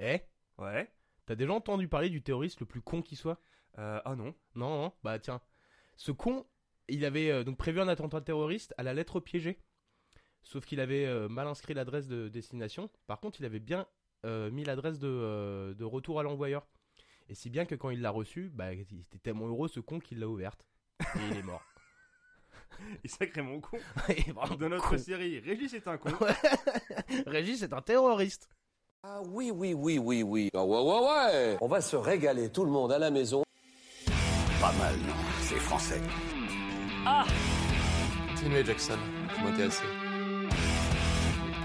Eh Ouais. T'as déjà entendu parler du terroriste le plus con qui soit Euh, ah non. Non, non Bah tiens. Ce con, il avait euh, donc prévu un attentat terroriste à la lettre piégée. Sauf qu'il avait euh, mal inscrit l'adresse de destination. Par contre, il avait bien euh, mis l'adresse de, euh, de retour à l'envoyeur. Et si bien que quand il l'a reçu, bah, il était tellement heureux ce con qu'il l'a ouverte. Et il est mort. Et sacrément con. Et vraiment Dans notre con. série, Régis est un con. Régis est un terroriste. Ah oui, oui, oui, oui, oui. Ah ouais, ouais, ouais. On va se régaler tout le monde à la maison. Pas mal, c'est français. Continuez, Jackson. Je m'intéresse.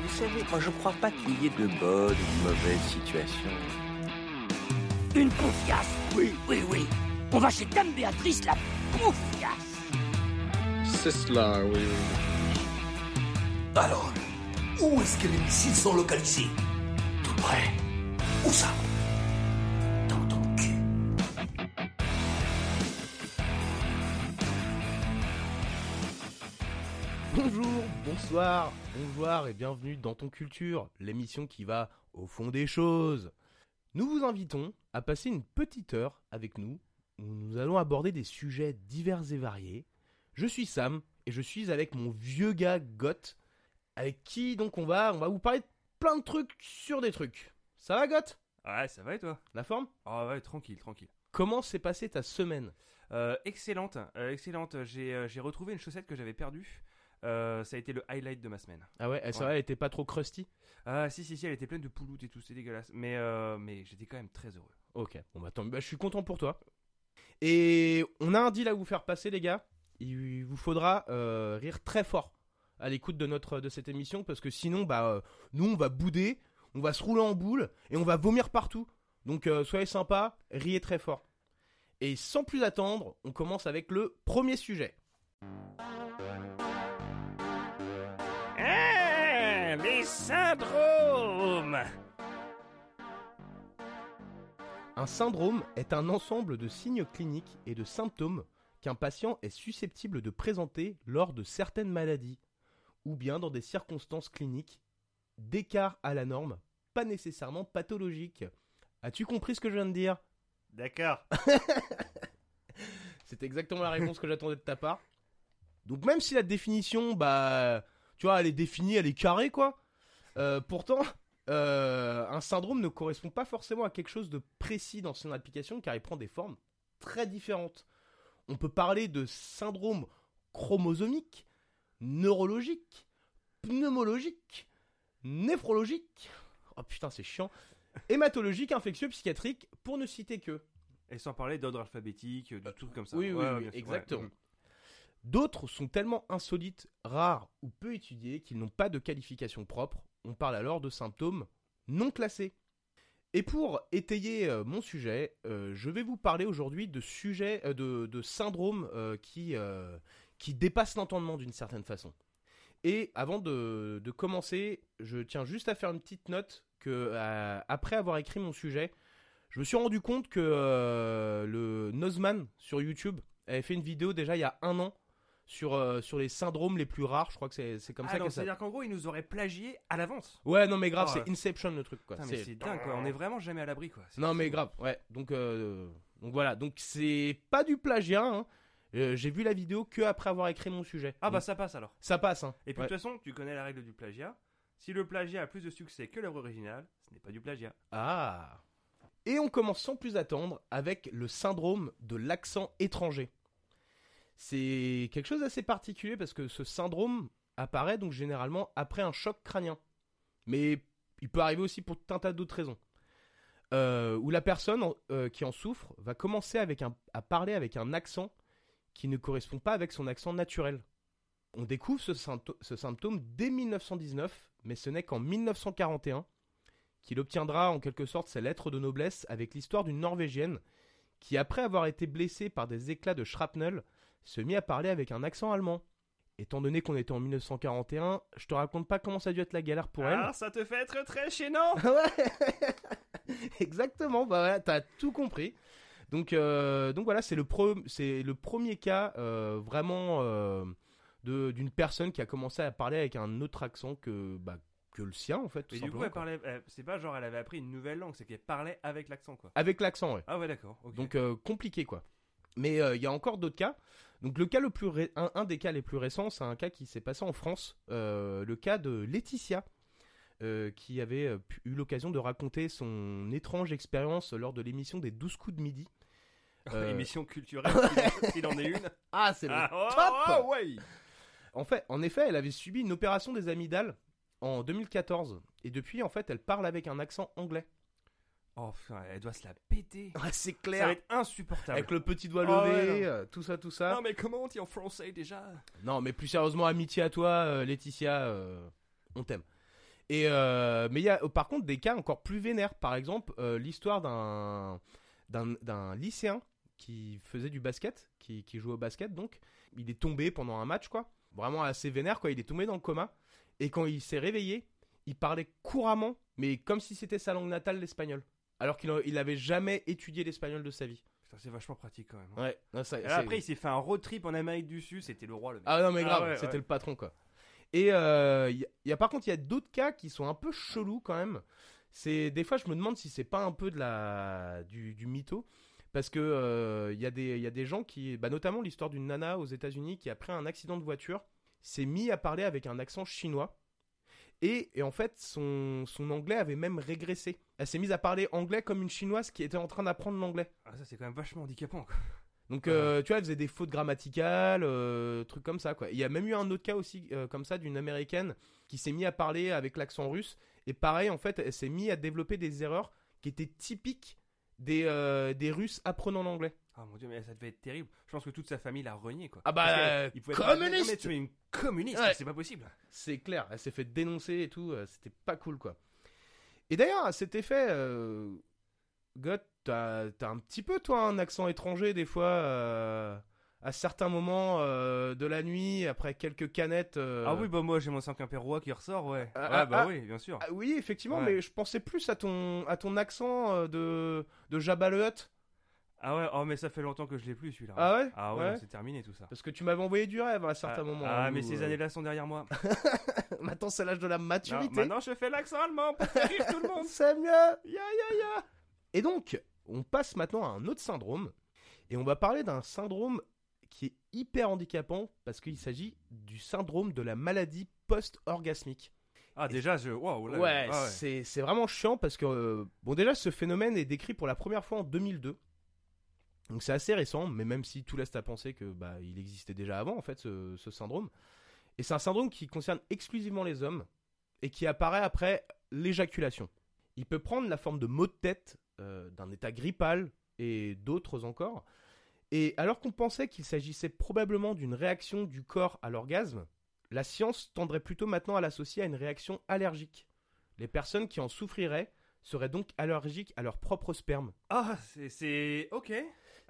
Vous savez, moi je crois pas qu'il y ait de bonnes ou de mauvaises situations. Une poufiasse Oui, oui, oui. On va chez Dame Béatrice, la poufiasse C'est cela, oui. Alors, où est-ce que les missiles sont localisés Tout près. Où ça Dans ton cul. Bonjour, bonsoir, bonjour et bienvenue dans Ton Culture, l'émission qui va au fond des choses. Nous vous invitons à passer une petite heure avec nous où nous allons aborder des sujets divers et variés. Je suis Sam et je suis avec mon vieux gars Goth, avec qui donc on va, on va vous parler de plein de trucs sur des trucs. Ça va Goth Ouais, ça va et toi La forme Ah ouais, tranquille, tranquille. Comment s'est passée ta semaine Euh, excellente, euh, excellente. J'ai euh, j'ai retrouvé une chaussette que j'avais perdue. Euh, ça a été le highlight de ma semaine. Ah ouais, elle, ça Ouais. va, elle était pas trop crusty Ah si si si, elle était pleine de pouloutes et tout, c'est dégueulasse. Mais euh, mais j'étais quand même très heureux. Ok, bon bah tant mieux. Bah, je suis content pour toi. Et on a un deal à vous faire passer, les gars. Il vous faudra euh, rire très fort à l'écoute de notre de cette émission parce que sinon, bah euh, nous on va bouder, on va se rouler en boule et on va vomir partout. Donc euh, soyez sympa, riez très fort. Et sans plus attendre, on commence avec le premier sujet. les syndromes. Un syndrome est un ensemble de signes cliniques et de symptômes qu'un patient est susceptible de présenter lors de certaines maladies, ou bien dans des circonstances cliniques, d'écart à la norme, pas nécessairement pathologique. As-tu compris ce que je viens de dire D'accord. C'est exactement la réponse que j'attendais de ta part. Donc même si la définition, bah, tu vois, elle est définie, elle est carrée, quoi. euh, pourtant, euh, un syndrome ne correspond pas forcément à quelque chose de précis dans son application, car il prend des formes très différentes. On peut parler de syndrome chromosomique, neurologique, pneumologique, néphrologique. Oh putain, c'est chiant. Hématologique, infectieux, psychiatrique, pour ne citer que. Et sans parler d'ordre alphabétique, de tout comme ça. Oui, oui, Ouais, oui, ouais, bien sûr, exactement. ouais. D'autres sont tellement insolites, rares ou peu étudiés qu'ils n'ont pas de qualification propre. On parle alors de symptômes non classés. Et pour étayer euh, mon sujet, euh, je vais vous parler aujourd'hui de sujets, euh, de, de syndromes euh, qui, euh, qui dépassent l'entendement d'une certaine façon. Et avant de, de commencer, je tiens juste à faire une petite note que euh, après avoir écrit mon sujet, je me suis rendu compte que euh, le Nozman sur YouTube avait fait une vidéo déjà il y a un an sur, euh, sur les syndromes les plus rares. Je crois que c'est c'est comme Ah ça non, que ça. c'est-à-dire qu'en gros, ils nous auraient plagié à l'avance. Ouais, non mais grave, Ah, c'est ouais. Inception le truc quoi. Bah, Putain, C'est- mais c'est dingue quoi, on est vraiment jamais à l'abri quoi. C'est- Non mais c'est- grave, ouais. Donc euh, donc voilà, donc c'est pas du plagiat. hein. Euh, J'ai vu la vidéo que après avoir écrit mon sujet. Ah bah Donc, ça passe alors. ça passe. Hein. Et puis Ouais. de toute façon, tu connais la règle du plagiat. Si le plagiat a plus de succès que l'œuvre originale, ce n'est pas du plagiat. Ah. Et on commence sans plus attendre avec le syndrome de l'accent étranger. C'est quelque chose d'assez particulier parce que ce syndrome apparaît donc généralement après un choc crânien. Mais il peut arriver aussi pour tout un tas d'autres raisons. Euh, où la personne en- euh, qui en souffre va commencer avec un- à parler avec un accent qui ne correspond pas avec son accent naturel. On découvre ce, sympto- ce symptôme dès 1919, mais ce n'est qu'en 1941 qu'il obtiendra en quelque sorte ses lettres de noblesse avec l'histoire d'une Norvégienne qui, après avoir été blessée par des éclats de shrapnel, se mit à parler avec un accent allemand. Étant donné qu'on était en 1941, je te raconte pas comment ça a dû être la galère pour elle. Ah, ça te fait être très gênant Ouais. Exactement, bah voilà, t'as tout compris. Donc, euh, donc voilà, c'est le, pro- c'est le premier cas euh, vraiment euh, de- d'une personne qui a commencé à parler avec un autre accent que, bah, que le sien en fait. Tout Mais du simplement, coup, elle quoi. parlait. elle- C'est pas genre elle avait appris une nouvelle langue, c'est qu'elle parlait avec l'accent, quoi. Avec l'accent, ouais. Ah ouais, d'accord. ok. Donc euh, compliqué quoi. Mais euh, il y a encore d'autres cas. Donc le cas le plus ré- un, un des cas les plus récents, c'est un cas qui s'est passé en France, Euh, le cas de Laetitia, euh, qui avait euh, pu- eu l'occasion de raconter son étrange expérience lors de l'émission des 12 coups de midi. euh, Émission culturelle, s'il- s'il en est une. Ah c'est le Ah, oh, top oh, ouais. En fait, en effet, elle avait subi une opération des amygdales en 2014 et depuis en fait, elle parle avec un accent anglais. Oh, putain, elle doit se la péter. Ah, c'est Ça va clair. être insupportable. Avec le petit doigt Ah ouais, levé, non. euh, tout ça, tout ça. Non, mais comment on dit en français déjà Non, mais plus sérieusement, amitié à toi, euh, Laetitia, euh, on t'aime. Et euh, mais il y a euh, par contre des cas encore plus vénères. Par exemple, euh, l'histoire d'un d'un- d'un lycéen qui faisait du basket, qui, qui jouait au basket donc. Il est tombé pendant un match, quoi. Vraiment assez vénère, quoi. Il est tombé dans le coma. Et quand il s'est réveillé, il parlait couramment, mais comme si c'était sa langue natale, l'espagnol. Alors qu'il en- il avait jamais étudié l'espagnol de sa vie. Putain, c'est vachement pratique quand même. hein. Ouais, non, ça- Et c'est- Après, il s'est fait un road trip en Amérique du Sud, c'était le roi le mec. Ah non mais Ah grave, ouais, c'était ouais. le patron quoi. Et euh, y a- y a, par contre, il y a d'autres cas qui sont un peu chelous quand même. C'est des fois je me demande si c'est pas un peu de la du, du mytho parce que euh, il y a des il y a des gens qui bah, notamment l'histoire d'une nana aux États-Unis qui après un accident de voiture s'est mis à parler avec un accent chinois. Et, et en fait, son, son anglais avait même régressé. Elle s'est mise à parler anglais comme une chinoise qui était en train d'apprendre l'anglais. Ah, ça, c'est quand même vachement handicapant. quoi. Donc, euh, tu vois, elle faisait des fautes grammaticales, euh, trucs comme ça, quoi. Il y a même eu un autre cas aussi, euh, comme ça, d'une américaine qui s'est mise à parler avec l'accent russe. Et pareil, en fait, elle s'est mise à développer des erreurs qui étaient typiques des, euh, des Russes apprenant l'anglais. Ah mon dieu, mais ça devait être terrible. Je pense que toute sa famille l'a renié quoi. Ah bah, Parce que, euh, il pouvait communiste pas... Non, mais tu es une communiste, Ouais. c'est pas possible. C'est clair, elle s'est fait dénoncer et tout, euh, c'était pas cool, quoi. Et d'ailleurs, à cet effet, euh, Goth, t'as t'as un petit peu, toi, un accent étranger, des fois, euh, à certains moments euh, de la nuit, après quelques canettes. euh, Ah oui, bah moi j'ai mon sang roi qui ressort, ouais. Ah, ouais, ah, bah ah. oui, bien sûr. Ah oui, effectivement, Ouais. mais je pensais plus à ton, à ton accent euh, de, de Jabba le Hutt. Ah ouais, oh mais ça fait longtemps que je l'ai plus celui-là. Ah ouais Ah ouais, Ouais. non, c'est terminé tout ça. Parce que tu m'avais envoyé du rêve à certains ah, moments. Ah, où, mais ces euh, années-là sont derrière moi. Maintenant, c'est l'âge de la Non, maturité. maintenant je fais l'accent allemand pour faire rire tout le monde. c'est mieux. Ya, ya, ya. Et donc, on passe maintenant à un autre syndrome. Et on va parler d'un syndrome qui est hyper handicapant parce qu'il s'agit du syndrome de la maladie post-orgasmique. Ah déjà, je. Waouh, là. Ouais, ah c'est c'est vraiment chiant parce que, euh, bon, déjà, ce phénomène est décrit pour la première fois en 2002. Donc c'est assez récent, mais même si tout laisse à penser que bah, il existait déjà avant, en fait, ce, ce syndrome. Et c'est un syndrome qui concerne exclusivement les hommes et qui apparaît après l'éjaculation. Il peut prendre la forme de maux de tête, euh, d'un état grippal et d'autres encore. Et alors qu'on pensait qu'il s'agissait probablement d'une réaction du corps à l'orgasme, la science tendrait plutôt maintenant à l'associer à une réaction allergique. Les personnes qui en souffriraient seraient donc allergiques à leur propre sperme. Ah, c'est- c'est. Ok.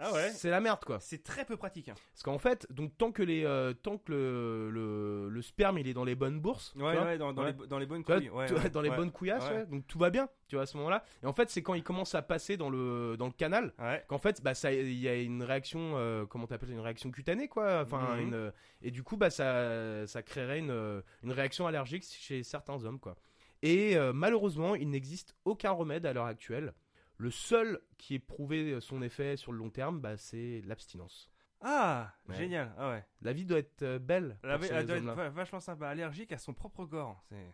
Ah ouais. C'est la merde quoi. C'est très peu pratique. hein. Parce qu'en fait, donc tant que les euh, tant que le, le, le sperme il est dans les bonnes bourses, tu Ouais, vois, ouais, dans, dans Ouais. Les, bo- dans les bonnes tu vois, couilles. ah, Ouais, tu vois, ouais, dans les ouais. bonnes couillasses, Ouais. ouais, donc tout va bien, tu vois à ce moment-là. Et en fait, c'est quand il commence à passer dans le dans le canal Ouais. qu'en fait bah ça il y a une réaction euh, comment t'appelles ça, une réaction cutanée quoi, enfin Mhm. une, euh, et du coup bah ça ça créerait une euh, une réaction allergique chez certains hommes quoi. Et euh, malheureusement, il n'existe aucun remède à l'heure actuelle. Le seul qui ait prouvé euh, son effet sur le long terme, bah, c'est l'abstinence. Ah, Ouais. génial. Ah ouais. La vie doit être euh, belle. Elle, avait- pour ces elle doit être hommes-là. va- vachement sympa, allergique à son propre corps. C'est,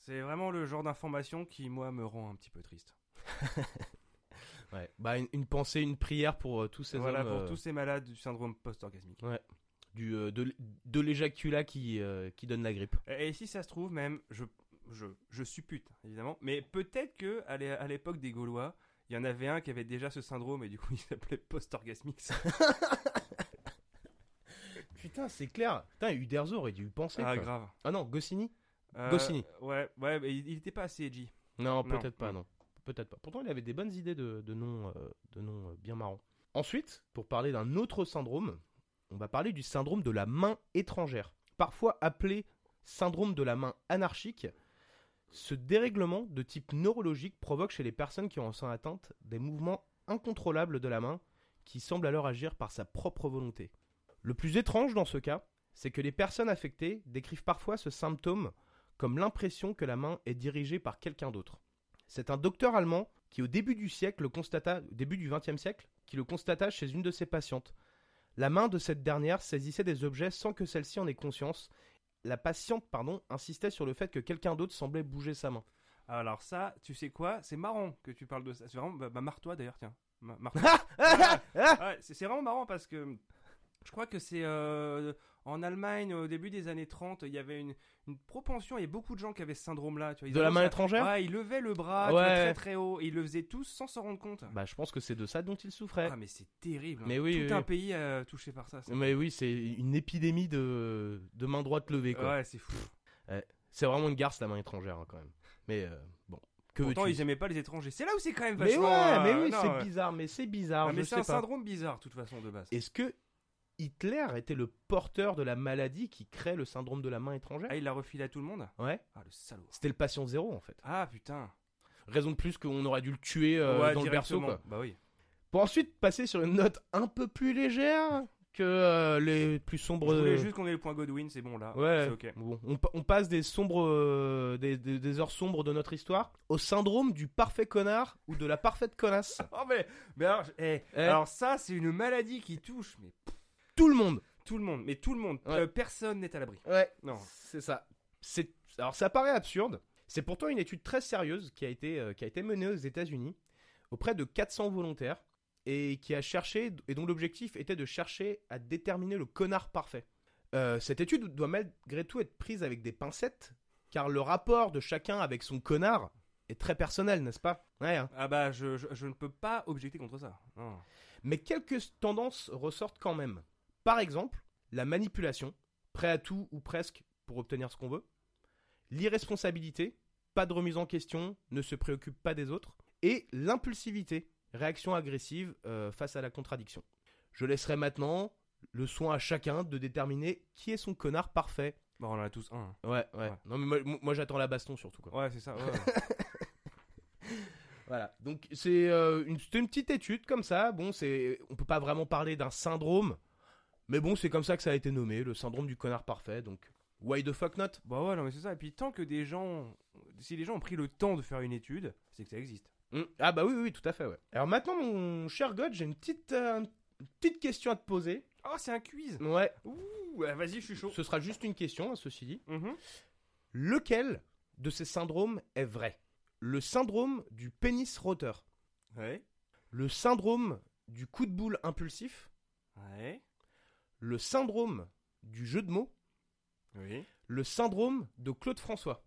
c'est vraiment le genre d'information qui, moi, me rend un petit peu triste. Ouais. Bah, une, une pensée, une prière pour euh, tous ces voilà, hommes pour euh, tous ces malades du syndrome post-orgasmique. du, euh, de, l- de l'éjaculat qui, euh, qui donne la grippe. Et, et si ça se trouve, même, je, je, je suppute, évidemment, mais peut-être que à l'é- à l'époque des Gaulois, il y en avait un qui avait déjà ce syndrome et du coup, il s'appelait post-orgasmique. Putain, c'est clair. Putain, Uderzo aurait dû y penser. ah, quoi. grave. Ah non, Goscinny Euh, Goscinny. Ouais, ouais, mais il il était pas assez edgy. Non, Non, peut-être pas, non. non. Peut-être pas. Pourtant, il avait des bonnes idées de, de noms euh, de noms, euh, bien marrants. Ensuite, pour parler d'un autre syndrome, on va parler du syndrome de la main étrangère. Parfois appelé syndrome de la main anarchique, ce dérèglement de type neurologique provoque chez les personnes qui en sont atteintes des mouvements incontrôlables de la main qui semblent alors agir par sa propre volonté. Le plus étrange dans ce cas, c'est que les personnes affectées décrivent parfois ce symptôme comme l'impression que la main est dirigée par quelqu'un d'autre. C'est un docteur allemand qui au début du siècle le constata, au début du XXe siècle, qui le constata chez une de ses patientes. La main de cette dernière saisissait des objets sans que celle-ci en ait conscience. La patiente, pardon, insistait sur le fait que quelqu'un d'autre semblait bouger sa main. Alors ça, tu sais quoi C'est marrant que tu parles de ça. C'est vraiment... Bah, bah, marre-toi d'ailleurs, tiens. Ma- marre-toi. Ah, Ouais, c'est c'est vraiment marrant parce que je crois que c'est euh, en Allemagne au début des années 30, il y avait une, une propension, il y a beaucoup de gens qui avaient ce syndrome-là. tu vois. Ils De la avaient main ça- étrangère Ouais, ils levaient le bras tu vois, Ouais. très très haut et ils le faisaient tous sans s'en rendre compte. Bah, je pense que c'est de ça dont il souffrait. Ah mais c'est terrible. hein. Mais oui, Tout oui, un oui. pays euh, touché par ça. c'est- Mais oui, c'est une épidémie de, de main droite levée. Quoi. Ouais, c'est fou. C'est vraiment une garce la main étrangère hein, quand même. Mais euh, bon, que Pourtant, veux-tu ils aimaient pas les étrangers. C'est là où c'est quand même Mais vachement. ouais, euh, mais oui, non, c'est ouais. bizarre, mais c'est bizarre. Ah, mais je c'est sais un pas. syndrome bizarre, de toute façon, de base. Est-ce que Hitler était le porteur de la maladie qui crée le syndrome de la main étrangère Ah, il l'a refilé à tout le monde Ouais. Ah, le salaud. C'était le patient zéro en fait. Ah, putain. Raison de plus qu'on aurait dû le tuer euh, Ouais, dans le berceau directement. quoi. Bah oui. Pour ensuite passer sur une note un peu plus légère que euh, les plus Je sombres. euh, voulais juste qu'on ait le point Godwin, c'est bon là. Ouais, C'est ok. bon, on, pa- on passe des sombres, euh, des, des- des heures sombres de notre histoire au syndrome du parfait connard ou de la parfaite connasse. Oh, mais, mais alors, je- eh, Eh. alors ça, c'est une maladie qui touche mais Tout le monde. tout le monde. Mais tout le monde. Ouais. Euh, personne n'est à l'abri. Ouais. Non. C'est ça. C'est alors ça paraît absurde. C'est pourtant une étude très sérieuse qui a été euh, qui a été menée aux États-Unis auprès de 400 volontaires et qui a cherché et dont l'objectif était de chercher à déterminer le connard parfait. Euh, cette étude doit malgré tout être prise avec des pincettes car le rapport de chacun avec son connard est très personnel, n'est-ce pas Ouais. hein. Ah bah, je, je, je ne peux pas objecter contre ça. Non. Mais quelques tendances ressortent quand même. Par exemple, la manipulation, prêt à tout ou presque pour obtenir ce qu'on veut. L'irresponsabilité, pas de remise en question, ne se préoccupe pas des autres. Et l'impulsivité, réaction agressive euh, face à la contradiction. Je laisserai maintenant le soin à chacun de déterminer qui est son connard parfait. Bon, on en a tous un. hein. Ouais, ouais. Ouais. Non, mais moi, moi- moi, j'attends la baston surtout. Quoi. Ouais, c'est ça. ouais. Voilà. Donc c'est euh, une, c'était une petite étude comme ça. Bon, c'est on peut pas vraiment parler d'un syndrome, mais bon, c'est comme ça que ça a été nommé, le syndrome du connard parfait. Donc why the fuck not bah ouais, non, mais c'est ça. Et puis tant que des gens. Si les gens ont pris le temps de faire une étude, c'est que ça existe. Hmm. Ah bah oui, oui, oui, tout à fait. Ouais. Alors maintenant, mon cher God, j'ai une petite euh, une petite question à te poser. Oh, c'est un quiz. Ouais. Ouh, ah, vas-y, je suis chaud. Ce sera juste une question, hein, ceci dit. Mhm. Lequel de ces syndromes est vrai Le syndrome du pénis roteur, Ouais. le syndrome du coup de boule impulsif, Ouais. le syndrome du jeu de mots Oui. le syndrome de Claude François.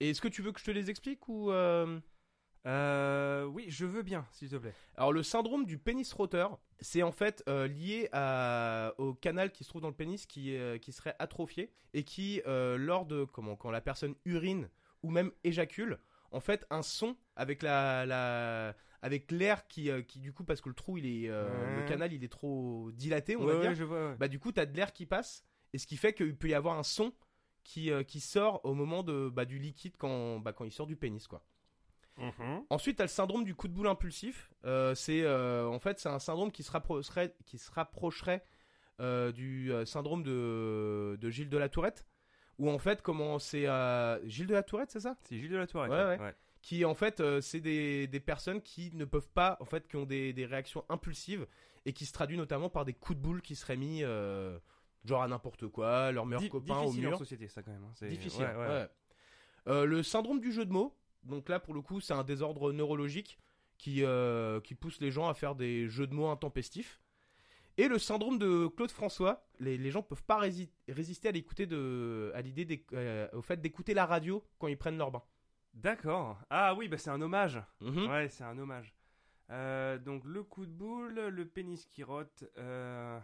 Et est-ce que tu veux que je te les explique ou euh, Euh, oui, je veux bien, s'il te plaît. Alors le syndrome du pénis roteur, c'est en fait euh, lié à- au canal qui se trouve dans le pénis qui, euh, qui serait atrophié et qui, euh, lors de comment quand la personne urine ou même éjacule, en fait un son avec la, la- avec l'air qui, euh, qui du coup parce que le trou il est euh, Ouais. le canal il est trop dilaté on Ouais, va dire, ouais, je vois. ouais. bah du coup t'as de l'air qui passe et ce qui fait qu'il peut y avoir un son qui, euh, qui sort au moment de bah, du liquide quand bah, quand il sort du pénis quoi. Mhm. Ensuite t'as le syndrome du coup de boule impulsif. Euh, c'est euh, en fait c'est un syndrome qui se rapprocherait qui se rapprocherait euh, du euh, syndrome de de Gilles de la Tourette où en fait comment c'est euh, Gilles de la Tourette c'est ça C'est Gilles de la Tourette. Ouais, ouais. qui en fait euh, c'est des, des personnes qui ne peuvent pas en fait qui ont des, des réactions impulsives et qui se traduit notamment par des coups de boule qui seraient mis euh, genre à n'importe quoi leur meilleur Di- copain au difficile en mur société, ça quand même. hein. C'est- difficile ouais, ouais. ouais. Euh, le syndrome du jeu de mots donc là pour le coup c'est un désordre neurologique qui euh, qui pousse les gens à faire des jeux de mots intempestifs et le syndrome de Claude François, les, les gens peuvent pas rési- résister à l'écouter de, à l'idée, d'éc- euh, au fait d'écouter la radio quand ils prennent leur bain. D'accord. Ah oui, bah c'est un hommage. Mhm. Ouais, c'est un hommage. Euh, donc le coup de boule, le pénis qui rote. euh,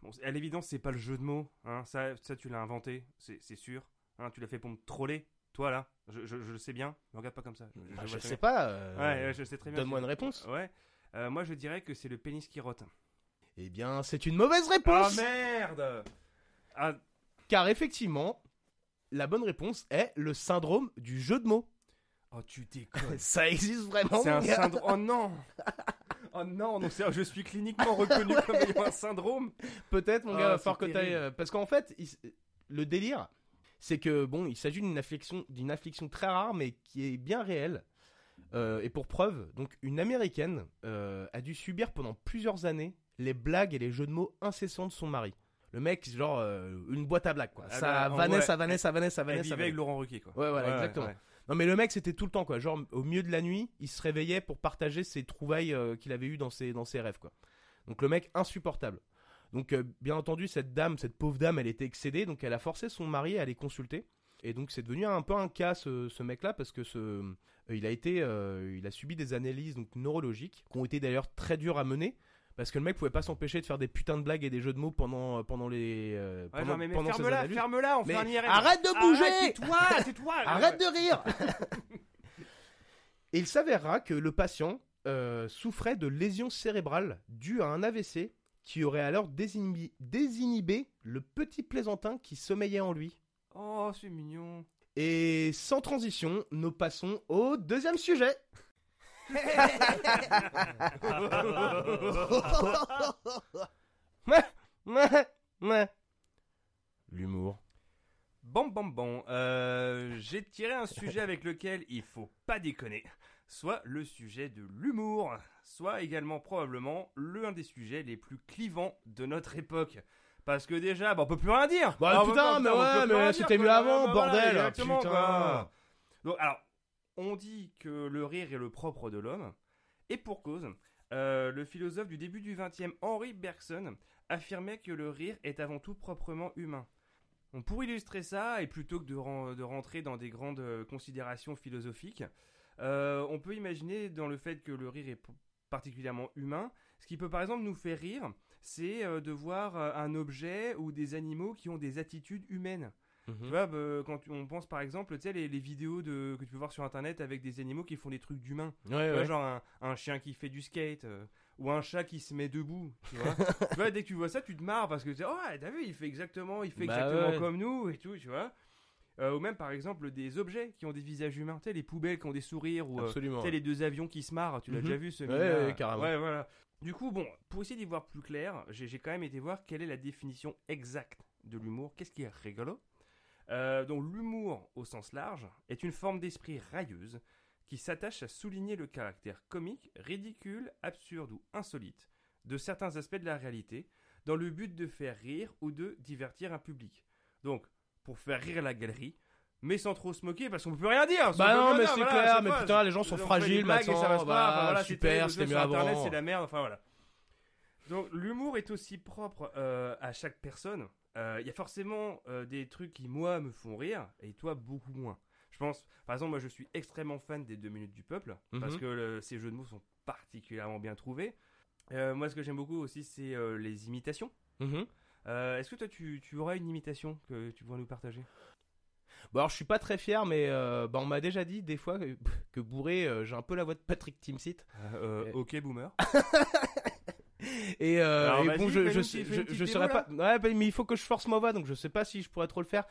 Bon, c'est- à l'évidence, c'est pas le jeu de mots. hein. Ça, ça, tu l'as inventé, c'est c'est sûr. Hein, tu l'as fait pour me troller, toi là. Je, je- je le sais bien. Me regarde pas comme ça. Je, Ah, je Bah, vois je très sais bien. pas. euh, Ouais, ouais, je sais très bien. Donne-moi tu- une réponse. Ouais. Euh, moi, je dirais que c'est le pénis qui rote. Eh bien, c'est une mauvaise Ah réponse merde Ah, Car effectivement, la bonne réponse est le syndrome du jeu de mots. Oh, tu déconnes. Ça existe vraiment C'est un mon gars. syndrome. Oh non Oh non, non c'est- je suis cliniquement reconnu comme ayant un syndrome. Peut-être, mon gars, Ah, va falloir c'est que t'ailles, terrible. euh, Parce qu'en fait, il s- le délire, c'est que bon, il s'agit d'une affliction, d'une affliction très rare, mais qui est bien réelle. Euh, et pour preuve, donc une américaine euh, a dû subir pendant plusieurs années les blagues et les jeux de mots incessants de son mari. Le mec, c'est genre euh, une boîte à blagues quoi. Ah ça bah, en vanait, vrai, ça vanait, ça vanait, ça Elle vanait, ça vivait vanait. avec Laurent Ruquier, quoi. Ouais, voilà, exactement. ouais. Non mais le mec c'était tout le temps quoi, genre au milieu de la nuit, il se réveillait pour partager ses trouvailles euh, qu'il avait eues dans ses, dans ses rêves quoi. Donc le mec insupportable. Donc euh, bien entendu cette dame, cette pauvre dame, elle était excédée, donc elle a forcé son mari à les consulter. Et donc c'est devenu un peu un cas ce, ce mec-là parce que ce, euh, il a été, euh, il a subi des analyses donc neurologiques qui ont été d'ailleurs très dures à mener parce que le mec pouvait pas s'empêcher de faire des putains de blagues et des jeux de mots pendant pendant les euh, Ouais, pendant, non, mais, mais pendant ses ferme-la, analyses. ferme-la, on Mais fait un IRM. arrête de bouger Arrête, Tais-toi, tais-toi Arrête de rire Et il s'avérera que le patient euh, souffrait de lésions cérébrales dues à un AVC qui aurait alors désinhibi- désinhibé le petit plaisantin qui sommeillait en lui. Oh, c'est mignon. Et sans transition, nous passons au deuxième sujet. Mouais, mouais, mouais. L'humour. Bon, bon, bon. Euh, J'ai tiré un sujet avec lequel il faut pas déconner. Soit le sujet de l'humour, soit également probablement l'un des sujets les plus clivants de notre époque. Parce que déjà, bah, on peut plus rien dire. Bah, Ah, putain, mais on peut ouais, plus rien mais dire, c'était quoi. mieux avant, Bah, voilà, bordel, exactement, putain. quoi. Donc, alors, on dit que le rire est le propre de l'homme, et pour cause. Euh, le philosophe du début du XXe, Henri Bergson, affirmait que le rire est avant tout proprement humain. Donc, pour illustrer ça, et plutôt que de, ren- de rentrer dans des grandes euh, considérations philosophiques, euh, on peut imaginer dans le fait que le rire est p- particulièrement humain, ce qui peut par exemple nous faire rire, c'est euh, de voir euh, un objet ou des animaux qui ont des attitudes humaines. Mhm. Mmh. Tu vois, bah, quand tu- on pense par exemple, tu sais, les, les vidéos de, que tu peux voir sur internet avec des animaux qui font des trucs d'humains. Ouais, Tu vois, ouais. genre un, un chien qui fait du skate euh, ou un chat qui se met debout. Tu vois, Tu vois, dès que tu vois ça, tu te marres parce que tu dis, oh, t'as vu, il fait exactement, il fait Bah exactement ouais. comme nous et tout, tu vois. Euh, ou même par exemple des objets qui ont des visages humains, tu sais, les poubelles qui ont des sourires ou euh, Absolument. tu sais, les deux avions qui se marrent, tu l'as Mhm. déjà vu ce Ouais, mime-là. ouais, carrément. Ouais, voilà. Du coup, bon, pour essayer d'y voir plus clair, j'ai j'ai quand même été voir quelle est la définition exacte de l'humour. Qu'est-ce qui est rigolo Euh, Donc, l'humour, au sens large, est une forme d'esprit railleuse qui s'attache à souligner le caractère comique, ridicule, absurde ou insolite de certains aspects de la réalité dans le but de faire rire ou de divertir un public. Donc, pour faire rire la galerie, mais sans trop se moquer parce qu'on peut rien dire. Bah on peut non, rien mais dire, c'est voilà, clair, c'est mais pas- putain, les gens sont on fait des fragiles blagues et maintenant. ça va se voilà, faire, enfin, voilà, super, c'était c'était les mieux jeux sur Internet, avant. C'est la merde, enfin voilà. Donc l'humour est aussi propre euh, à chaque personne. Euh, Il y a forcément euh, des trucs qui moi me font rire et toi beaucoup moins. Je pense, par exemple, moi je suis extrêmement fan des deux minutes du peuple parce Mhm. que le- ces jeux de mots sont particulièrement bien trouvés. Euh, moi ce que j'aime beaucoup aussi c'est euh, les imitations. Mhm. Euh, Est-ce que toi tu, tu auras une imitation que tu pourras nous partager Bon, Bah, alors je suis pas très fier, mais euh, bah, on m'a déjà dit des fois que, que bourré, euh, j'ai un peu la voix de Patrick Timsit. Euh, Ok boomer. Et, euh, Alors, et vas-y, bon, fais-nous je, je, une sais- petite- je, une petite je serais démo, pas. Ouais, bah, mais il faut que je force ma voix, donc je sais pas si je pourrais trop le faire.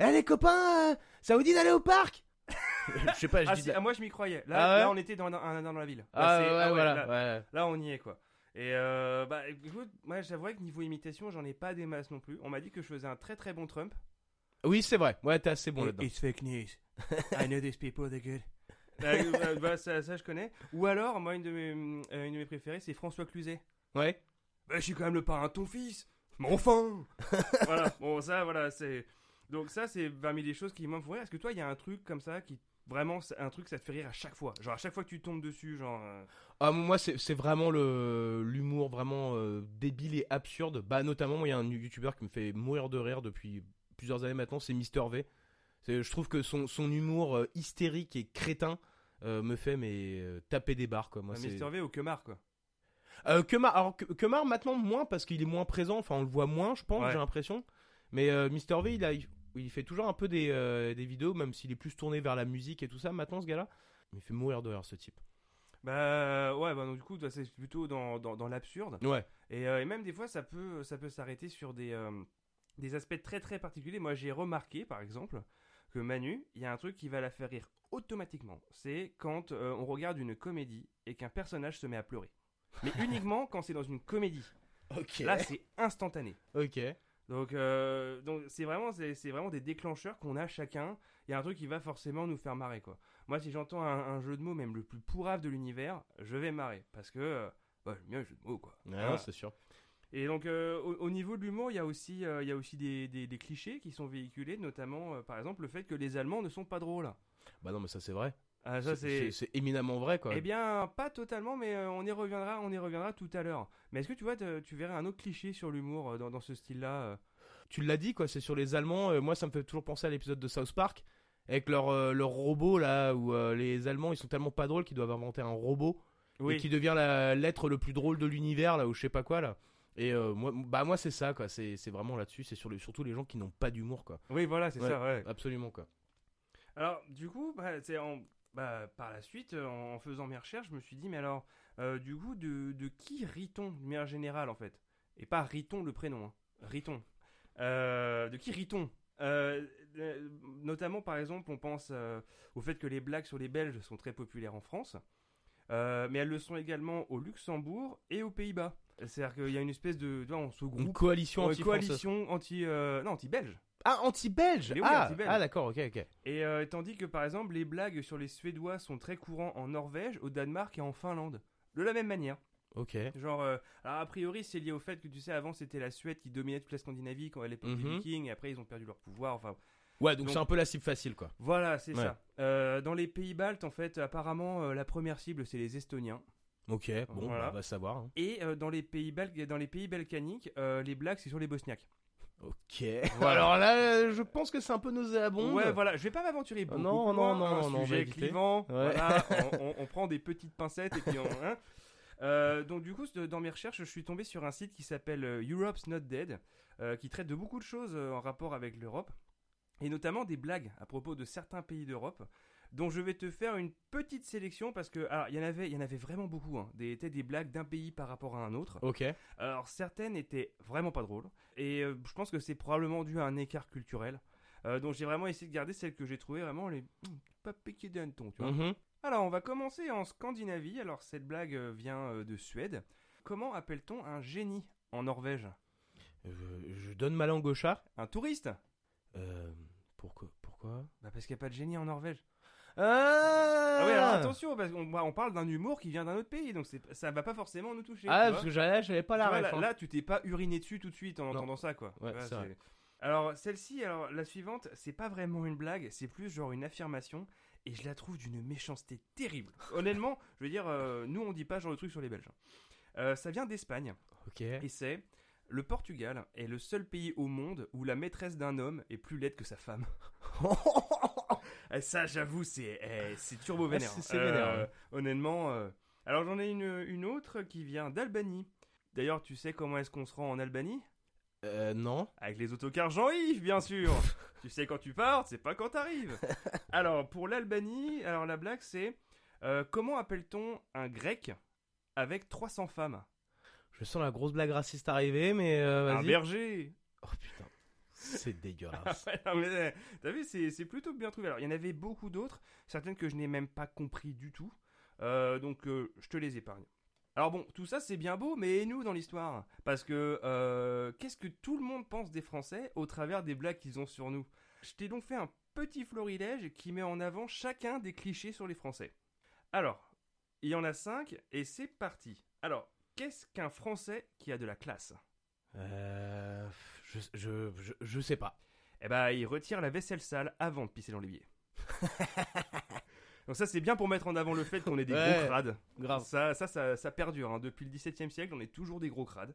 Eh les copains, euh, ça vous dit d'aller au parc Je sais pas, je Ah, dis. si, de la- ah, moi je m'y croyais. Là, Ah ouais là, on était dans, dans- dans la ville. Là, Ah, c'est- ouais, ah ouais, voilà. là- ouais. Là, on y est, quoi. Et euh, bah, écoute, moi, j'avouerais que niveau imitation, j'en ai pas des masses non plus. On m'a dit que je faisais un très très bon Trump. Oui, c'est vrai. Ouais, t'es assez bon là-dedans. It's fake news. I know these people, they're good. Bah, euh, ça, ça, je connais. Ou alors, moi, une de mes, euh, une de mes préférées, c'est François Cluzet. Ouais. Bah, je suis quand même le parrain de ton fils. Mais enfin Voilà, bon, ça, voilà, c'est. Donc, ça, c'est parmi les choses qui moi, me font rire. Est-ce que toi, il y a un truc comme ça qui. Vraiment, c'est un truc, ça te fait rire à chaque fois. Genre, à chaque fois que tu tombes dessus, genre. euh, Ah, moi, c'est c'est vraiment le l'humour vraiment euh, débile et absurde. Bah, notamment, moi, il y a un youtubeur qui me fait mourir de rire depuis plusieurs années maintenant, c'est Mister V. C'est- Je trouve que son, son humour euh, hystérique et crétin euh, me fait mais euh, taper des barres quoi. Moi, un c'est- Mr. Ah, V ou Kemar, quoi. Euh, Kemar, alors Ke- Kemar maintenant moins parce qu'il est moins présent, enfin on le voit moins, je pense, Ouais. j'ai l'impression. Mais euh, Mr V, il a, il, il fait toujours un peu des, euh, des vidéos, même s'il est plus tourné vers la musique et tout ça. Maintenant, ce gars-là, il fait mourir de rire ce type. Bah ouais, bah donc du coup, toi, c'est plutôt dans, dans, dans l'absurde. Ouais. Et, euh, et même des fois, ça peut, ça peut s'arrêter sur des, euh, des aspects très très particuliers. Moi, j'ai remarqué, par exemple, que Manu, il y a un truc qui va la faire rire automatiquement. C'est quand euh, on regarde une comédie et qu'un personnage se met à pleurer. Mais uniquement quand c'est dans une comédie. Ok. Là, c'est instantané. ok. Donc, euh, donc c'est vraiment, c'est c'est vraiment des déclencheurs qu'on a chacun. Il y a un truc qui va forcément nous faire marrer, quoi. Moi, si j'entends un, un jeu de mots, même le plus pourrave de l'univers, je vais marrer parce que euh, bah, j'aime bien les jeux de mots, quoi. Ouais, Voilà. c'est sûr. Et donc, euh, au, au niveau de l'humour, il y a aussi, euh, il y a aussi des, des- des clichés qui sont véhiculés, notamment, euh, par exemple, le fait que les Allemands ne sont pas drôles. Bah non, mais ça c'est vrai. Ah, ça, c'est. c'est éminemment vrai quoi. Eh bien, pas totalement, mais euh, on y reviendra, on y reviendra tout à l'heure. Mais est-ce que tu vois, te- tu verrais un autre cliché sur l'humour euh, dans, dans ce style-là euh Tu l'as dit quoi, c'est sur les Allemands. euh, moi, ça me fait toujours penser à l'épisode de South Park avec leur euh, leur robot là où euh, les Allemands ils sont tellement pas drôles qu'ils doivent inventer un robot et qui devient la l'être le plus drôle de l'univers là ou je sais pas quoi là. Et euh, moi, bah moi c'est ça quoi. C'est c'est vraiment là-dessus. C'est sur les, surtout les gens qui n'ont pas d'humour quoi. oui, voilà, c'est Ouais. ça. Ouais. Absolument quoi. Alors, du coup, bah, c'est en- bah, par la suite, euh, en faisant mes recherches, je me suis dit, mais alors, euh, du coup, de, de qui rit-on de manière générale, en fait Et pas rit-on le prénom, hein. rit-on. Euh, de qui rit-on Euh, euh, Notamment, par exemple, on pense euh, au fait que les blagues sur les Belges sont très populaires en France, euh, mais elles le sont également au Luxembourg et aux Pays-Bas. C'est-à-dire qu'il y a une espèce de... tu vois, on se Une groupe... coalition euh, anti-française. coalition anti... euh, non, anti-belge. Ah anti-belge. Mais oui, ah anti-belge. ah, d'accord ok ok. Et euh, tandis que par exemple les blagues sur les Suédois sont très courants en Norvège, au Danemark et en Finlande. De la même manière. Ok. Genre, euh, alors a priori c'est lié au fait que tu sais avant c'était la Suède qui dominait toute la Scandinavie quand elle est des Mhm. Vikings et après ils ont perdu leur pouvoir. Enfin Ouais donc Donc- c'est un peu la cible facile quoi. voilà c'est Ouais. ça. Euh, dans les pays baltes en fait apparemment euh, la première cible c'est les Estoniens. Ok. Bon Voilà. bah, on va savoir. hein. Et euh, dans les pays baltes, dans les pays balkaniques euh, les blagues c'est sur les Bosniaques. Ok. Voilà. Alors là, euh, je pense que c'est un peu nauséabond. ouais voilà je vais pas m'aventurer. Oh beaucoup non, de loin, non, hein, non, non, on va sujet éviter. clivant. Voilà, on, on- on prend des petites pincettes et puis on. hein. Euh, donc du coup, dans mes recherches, je suis tombé sur un site qui s'appelle euh, Europe's Not Dead, euh, qui traite de beaucoup de choses euh, en rapport avec l'Europe, et notamment des blagues à propos de certains pays d'Europe, dont je vais te faire une petite sélection parce que alors il y en avait, il y en avait vraiment beaucoup, hein, des, étaient des blagues d'un pays par rapport à un autre. Ok. Alors certaines étaient vraiment pas drôles, et euh, je pense que c'est probablement dû à un écart culturel. Euh, donc j'ai vraiment essayé de garder celles que j'ai trouvées vraiment les Hmm, pas piquées d'un ton, tu vois. Mhm. Alors, on va commencer en Scandinavie. Alors, cette blague euh, vient euh, de Suède. Comment appelle-t-on un génie en Norvège Euh, je donne ma langue au chat. Un touriste Euh, pourquoi Pourquoi Bah, parce qu'il n'y a pas de génie en Norvège. Ah, Ah oui, alors attention, parce qu'on bah, on parle d'un humour qui vient d'un autre pays, donc c'est- ça va pas forcément nous toucher. tu Ah, vois. parce que j'avais j'avais pas la Tu vois, ref. là, hein. là, tu t'es pas uriné dessus tout de suite en Non. entendant ça, quoi. Ouais, Tu vois, c'est vrai. Alors, celle-ci, alors la suivante, c'est pas vraiment une blague, c'est plus genre une affirmation, et je la trouve d'une méchanceté terrible. Honnêtement, je veux dire, euh, nous on dit pas genre le truc sur les Belges. Euh, ça vient d'Espagne. Ok. Et c'est le Portugal est le seul pays au monde où la maîtresse d'un homme est plus laide que sa femme. Eh, Ça, j'avoue, c'est eh, c'est turbo vénère. Ah, c'est- c'est vénère, ouais. Honnêtement. euh. Alors j'en ai une, une autre qui vient d'Albanie. D'ailleurs, tu sais comment est-ce qu'on se rend en Albanie Euh, non. Avec les autocars Jean-Yves, bien sûr. tu sais quand tu pars, c'est pas quand t'arrives. alors pour l'Albanie, alors la blague c'est euh, comment appelle-t-on un grec avec 300 femmes Je sens la grosse blague raciste arriver, mais euh, Un vas-y. berger Oh putain. C'est dégueulasse. Ouais, non, mais, euh, T'as vu, c'est c'est plutôt bien trouvé. Alors, il y en avait beaucoup d'autres, certaines que je n'ai même pas compris du tout. Euh, donc, euh, je te les épargne. Alors bon, tout ça c'est bien beau, mais et nous dans l'histoire Parce que euh, qu'est-ce que tout le monde pense des Français au travers des blagues qu'ils ont sur nous Je t'ai donc fait un petit florilège qui met en avant chacun des clichés sur les Français. Alors, il y en a cinq et c'est parti. Alors, qu'est-ce qu'un Français qui a de la classe Euh, je, je, je, je sais pas. Eh ben, il retire la vaisselle sale avant de pisser dans l'évier. Donc ça, c'est bien pour mettre en avant le fait qu'on est des Ouais. gros crades. Grave. Ça, ça, ça, ça perdure. hein. Depuis le XVIIe siècle, on est toujours des gros crades.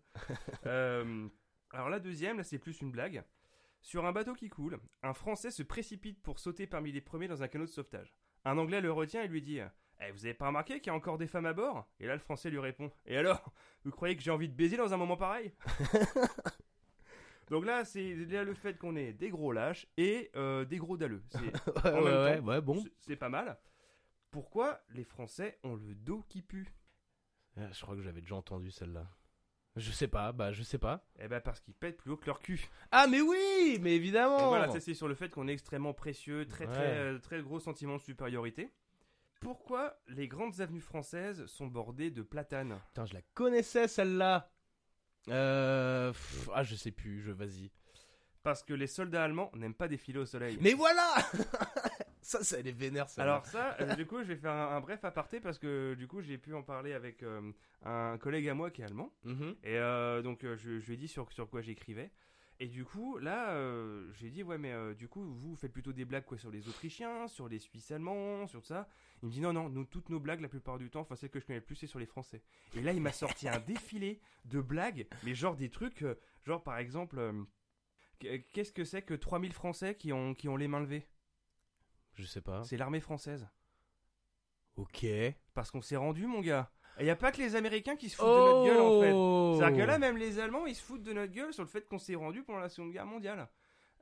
Euh, alors la deuxième, là, c'est plus une blague. Sur un bateau qui coule, un Français se précipite pour sauter parmi les premiers dans un canot de sauvetage. Un Anglais le retient et lui dit Eh, vous avez pas remarqué qu'il y a encore des femmes à bord Et là, le Français lui répond Et alors Vous croyez que j'ai envie de baiser dans un moment pareil Donc là, c'est là, le fait qu'on est des gros lâches et euh, des gros dalleux. C'est- Ouais, en ouais, même temps, ouais, ouais, Ah bon. c'est- C'est pas mal. Pourquoi les Français ont le dos qui pue Euh, Je crois que j'avais déjà entendu celle-là. Je sais pas, bah je sais pas. Eh ben parce qu'ils pètent plus haut que leur cul. Ah mais oui, mais Et évidemment. voilà, ça c'est sur le fait qu'on est extrêmement précieux, très Oh. Ouais. très euh, très gros sentiment de supériorité. Pourquoi les grandes avenues françaises sont bordées de platanes Putain, je la connaissais celle-là. Euh, pff, ah, je sais plus, je vas-y. Parce que les soldats allemands n'aiment pas défiler au soleil. Mais voilà Ça, ça les vénère, ça. Alors ça, euh, du coup, je vais faire un, un bref aparté parce que du coup, j'ai pu en parler avec euh, un collègue à moi qui est allemand. Mhm. Et euh, donc, euh, je, je lui ai dit sur, sur quoi j'écrivais. Et du coup, là, euh, j'ai dit, ouais, mais euh, du coup, vous faites plutôt des blagues quoi, sur les Autrichiens, sur les Suisses allemands, sur ça. Il me dit, non, non, nous, toutes nos blagues, la plupart du temps, enfin, celles que je connais le plus, c'est sur les Français. Et là, il m'a sorti un défilé de blagues, mais genre des trucs, euh, genre par exemple, euh, qu- qu'est-ce que c'est que 3000 Français qui ont, qui ont les mains levées Je sais pas. C'est l'armée française. Ok. Parce qu'on s'est rendu, mon gars. Il n'y a pas que les Américains qui se foutent de notre gueule, en fait. C'est-à-dire que là, Oh. même les Allemands, ils se foutent de notre gueule sur le fait qu'on s'est rendu pendant la Seconde Guerre mondiale.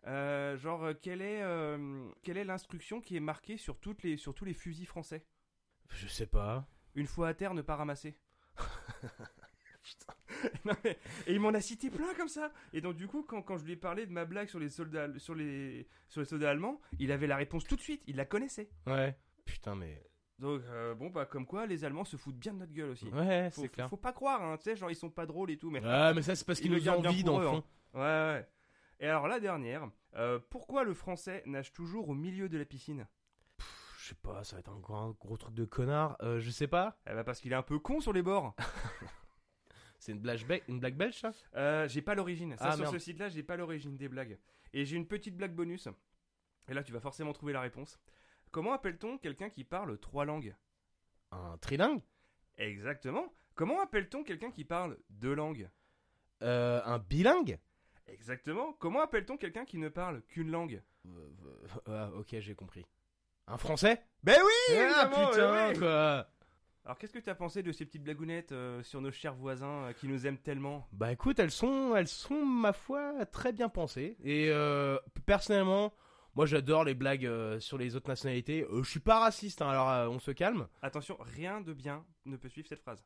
Euh, genre, euh, quelle est, euh, quelle est l'instruction qui est marquée sur, toutes les, sur tous les fusils français Je sais pas. Une fois à terre, ne pas ramasser. Non, mais- et il m'en a cité plein comme ça. Et donc du coup, quand, quand je lui ai parlé de ma blague sur les soldats, sur les, sur les soldats allemands, il avait la réponse tout de suite. Il la connaissait. Ouais. Putain, mais. Donc euh, bon, bah comme quoi, les Allemands se foutent bien de notre gueule aussi. Ouais, faut, c'est clair. faut pas croire, hein, tu sais, genre ils sont pas drôles et tout, mais Ah, mais ça, c'est parce Ils qu'ils le nous ont gardent bien envie, pour dans le eux, hein. fond. Ouais, ouais. Et alors la dernière, euh, pourquoi le français nage toujours au milieu de la piscine Pff, Je sais pas, ça va être encore un gros truc de connard. Euh, je sais pas. Eh ben parce qu'il est un peu con sur les bords. C'est une blague, be- une blague belge, ça Euh, j'ai pas l'origine. Ça, Ah, sur merde. ce site-là, j'ai pas l'origine des blagues. Et j'ai une petite blague bonus. Et là, tu vas forcément trouver la réponse. Comment appelle-t-on quelqu'un qui parle trois langues Un trilingue Exactement. Comment appelle-t-on quelqu'un qui parle deux langues Euh, Un bilingue Exactement. Comment appelle-t-on quelqu'un qui ne parle qu'une langue Euh, euh, ah, ok, j'ai compris. Un français Ben oui Ah, évidemment, putain, ouais, ouais. quoi Alors qu'est-ce que t'as pensé de ces petites blagounettes euh, sur nos chers voisins euh, qui nous aiment tellement Bah écoute, elles sont, elles sont ma foi très bien pensées. Et euh, personnellement, moi j'adore les blagues euh, sur les autres nationalités. Euh, je suis pas raciste, hein, alors euh, on se calme. Attention, rien de bien ne peut suivre cette phrase.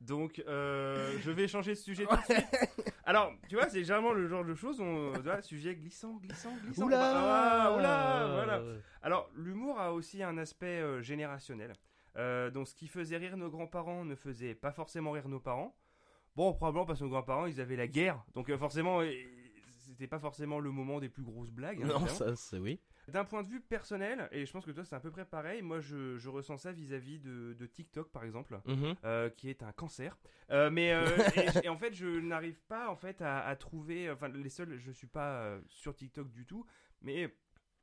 Donc, euh, je vais changer de sujet tout de suite. Alors, tu vois, c'est généralement le genre de choses où on. tu vois, sujet glissant, glissant, glissant. Oula, Ah, oula, voilà. Alors, l'humour a aussi un aspect euh, générationnel. Euh, donc, ce qui faisait rire nos grands-parents ne faisait pas forcément rire nos parents. Bon, probablement parce que nos grands-parents, ils avaient la guerre. Donc, euh, forcément, euh, c'était pas forcément le moment des plus grosses blagues. hein, Non, évidemment. ça c'est oui. D'un point de vue personnel, et je pense que toi c'est à peu près pareil, moi je, je ressens ça vis-à-vis de, de TikTok par exemple, Mhm. euh, qui est un cancer. Euh, mais euh, et, et en fait je n'arrive pas en fait à, à trouver, enfin les seuls, je suis pas euh, sur TikTok du tout, mais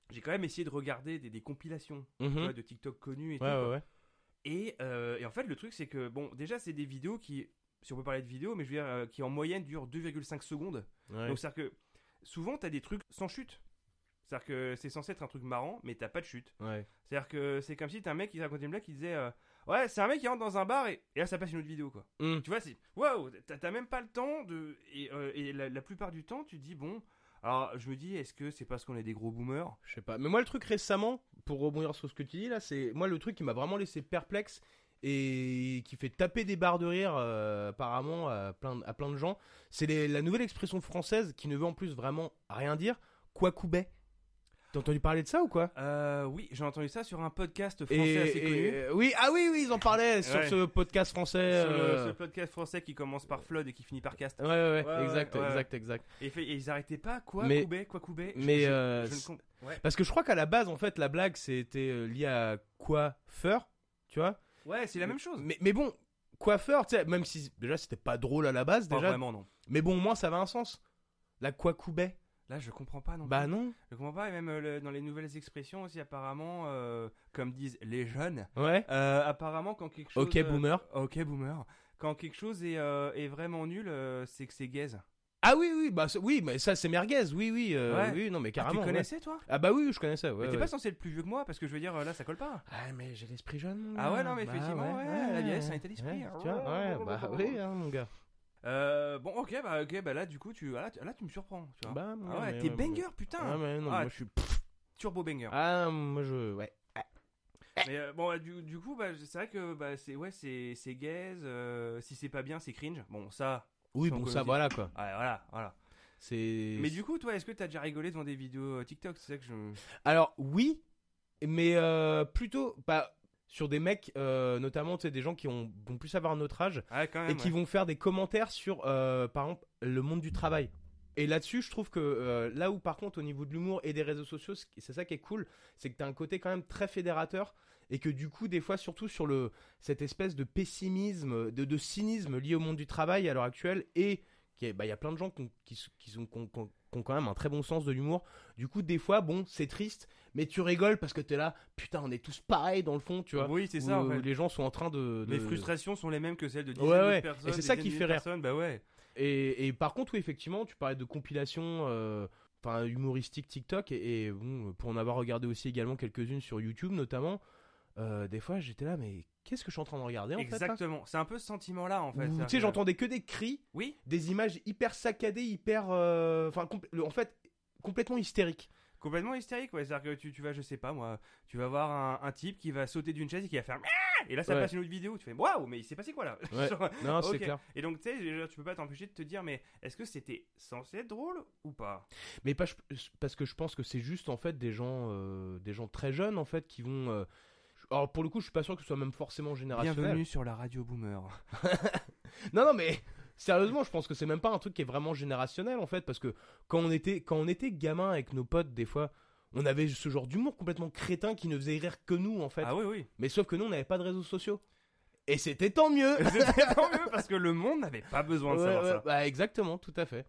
j'ai quand même essayé de regarder des, des compilations Mhm. tu vois, de TikTok connus et tout. Ouais, ouais, ouais. Et, euh, et en fait le truc c'est que bon déjà c'est des vidéos qui, si on peut parler de vidéos, mais je veux dire euh, qui en moyenne durent 2,5 secondes. Ouais. Donc c'est-à-dire que souvent t'as des trucs sans chute. C'est-à-dire que c'est censé être un truc marrant, mais t'as pas de chute. Ouais. C'est-à-dire que c'est comme si t'as un mec qui racontait une blague qui disait euh, Ouais, c'est un mec qui rentre dans un bar et, et là ça passe une autre vidéo quoi. Mm. Tu vois, c'est Waouh, t'as- t'as même pas le temps de. Et, euh, et la, la plupart du temps, tu te dis Bon, alors je me dis, est-ce que c'est parce qu'on est des gros boomers Je sais pas. Mais moi, le truc récemment, pour rebondir sur ce que tu dis là, c'est moi le truc qui m'a vraiment laissé perplexe et qui fait taper des barres de rire euh, apparemment à plein, de- à plein de gens, c'est les- la nouvelle expression française qui ne veut en plus vraiment rien dire, quoi coubet. T'as entendu parler de ça ou quoi Euh, oui, j'ai entendu ça sur un podcast Et- français assez et- connu. euh, oui, ah oui, oui, ils en parlaient sur Ouais. ce podcast français. Sur le- euh, ce podcast français qui commence par Flood et qui finit par Cast. Ouais, ouais, ouais, Ouais, exact, ouais. exact, exact. Et, fait- et ils arrêtaient pas, quoi, Mais- Koubet, quoi, Koubet. Je- mais, je- euh, je ne c'est- comp- Ouais. Parce que je crois qu'à la base, en fait, la blague, c'était euh, lié à coiffeur, tu vois ouais, c'est la même chose. Mais, mais bon, coiffeur, tu sais, même si déjà c'était pas drôle à la base, Pas déjà. vraiment, non. Mais bon, au moins ça avait un sens. La coicoubet. Là, je comprends pas non Bah plus. non. Je comprends pas, et même euh, le- dans les nouvelles expressions aussi, apparemment, euh, comme disent les jeunes, Ouais. euh, apparemment, quand quelque chose. Ok, euh, boomer. Ok, boomer. Quand quelque chose est, euh, est vraiment nul, euh, c'est que c'est gaze. Ah oui, oui, bah c'est- oui, mais ça c'est merguez, oui, oui, euh, Ouais. oui, non, mais Ah, carrément. tu ouais. connaissais, toi Ah bah oui, oui, je connaissais, ouais. Mais t'es ouais. pas censé être plus vieux que moi, parce que je veux dire, euh, là, ça colle pas. Ah mais j'ai l'esprit jeune. mon Ah gars. ouais, non, mais Bah effectivement, ouais, la vieillesse, c'est un état d'esprit. Ouais, tu vois, Oh, ouais, bah oui, hein, mon gars. Euh, bon, ok, bah, ok, bah là, du coup, tu, ah, là, tu, là, tu me surprends. Tu vois. Bah, ah ouais, mais- t'es mais- banger, putain. Ah, mais non, Ah, moi je suis. Turbo banger. Ah, moi je. Ouais. Mais euh, bon, bah, du, du coup, bah, c'est vrai que bah, c'est ouais, c'est c'est gaze. euh, si c'est pas bien, c'est cringe. Bon, ça, Oui, Sans bon, ça comédie. voilà quoi. ouais, voilà, voilà. C'est. Mais du coup, toi, est-ce que t'as déjà rigolé devant des vidéos euh, TikTok C'est ça que je. Alors oui, mais euh, plutôt bah, sur des mecs, euh, notamment tu sais, des gens qui ont, vont plus avoir notre âge Ah, quand même. et qui ouais. vont faire des commentaires sur, euh, par exemple, le monde du travail. Et là-dessus, je trouve que euh, là où, par contre, au niveau de l'humour et des réseaux sociaux, c- c'est ça qui est cool, c'est que t'as un côté quand même très fédérateur et que du coup, des fois, surtout sur le cette espèce de pessimisme, de, de cynisme lié au monde du travail à l'heure actuelle et qui est- bah, il y a plein de gens qui ont, qui s- qui sont- qui ont- qui ont- qui ont quand même un très bon sens de l'humour. Du coup, des fois, bon, c'est triste, mais tu rigoles parce que t'es là, putain, on est tous pareils dans le fond, tu vois. Bah Oui, c'est où- ça. en où fait. les gens sont en train de. Les de- frustrations sont les mêmes que celles de Ouais, dizaines ouais. de personnes. Et c'est ça des qui dizaines fait de rire. personnes, Bah ouais. Et, et par contre, oui, effectivement, tu parlais de compilation, euh, enfin humoristique TikTok, et, et bon, pour en avoir regardé aussi également quelques-unes sur YouTube notamment, euh, des fois j'étais là, mais qu'est-ce que je suis en train de regarder en fait là Exactement. C'est un peu ce sentiment-là en fait. Ou, Tu sais, C'est-à-dire- j'entendais que des cris, Oui. des images hyper saccadées, hyper. euh, Enfin, compl- le- en fait, complètement hystériques. Complètement hystérique, ouais. C'est-à-dire que tu, tu vas, je sais pas moi, tu vas voir un, un type qui va sauter d'une chaise et qui va faire. Ah Et là, ça Ouais. passe une autre vidéo. Tu fais waouh, mais il s'est passé quoi là Ouais. Genre- Non, c'est Ok. clair. Et donc, tu sais, je- tu peux pas t'empêcher de te dire, mais est-ce que c'était censé être drôle ou pas Mais pas, parce que je pense que c'est juste en fait des gens, euh, des gens très jeunes en fait qui vont. euh, alors pour le coup, je suis pas sûr que ce soit même forcément générationnel. sur la radio Boomer. Non, non, mais sérieusement, je pense que c'est même pas un truc qui est vraiment générationnel en fait, parce que quand on était, quand on était gamin avec nos potes, des fois, on avait ce genre d'humour complètement crétin qui ne faisait rire que nous en fait. Ah oui, oui. Mais sauf que nous, on n'avait pas de réseaux sociaux. Et c'était tant mieux. C'était tant mieux parce que le monde n'avait pas besoin de Ouais, savoir ouais, ça. Ah. Bah exactement, tout à fait.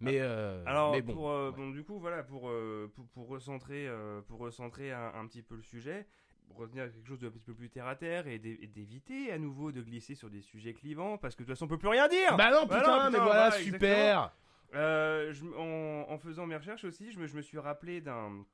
Mais euh, Alors, mais bon. pour, euh, ouais. bon, du coup, voilà, pour, euh, pour, pour recentrer, euh, pour recentrer un, un petit peu le sujet, pour revenir à quelque chose de un petit peu plus terre à terre et d'é- et d'éviter à nouveau de glisser sur des sujets clivants parce que de toute façon, on peut plus rien dire. Bah non, putain, Bah non, mais putain, voilà, voilà, super. Euh, je- en, en faisant mes recherches aussi, je me, je me suis rappelé d'un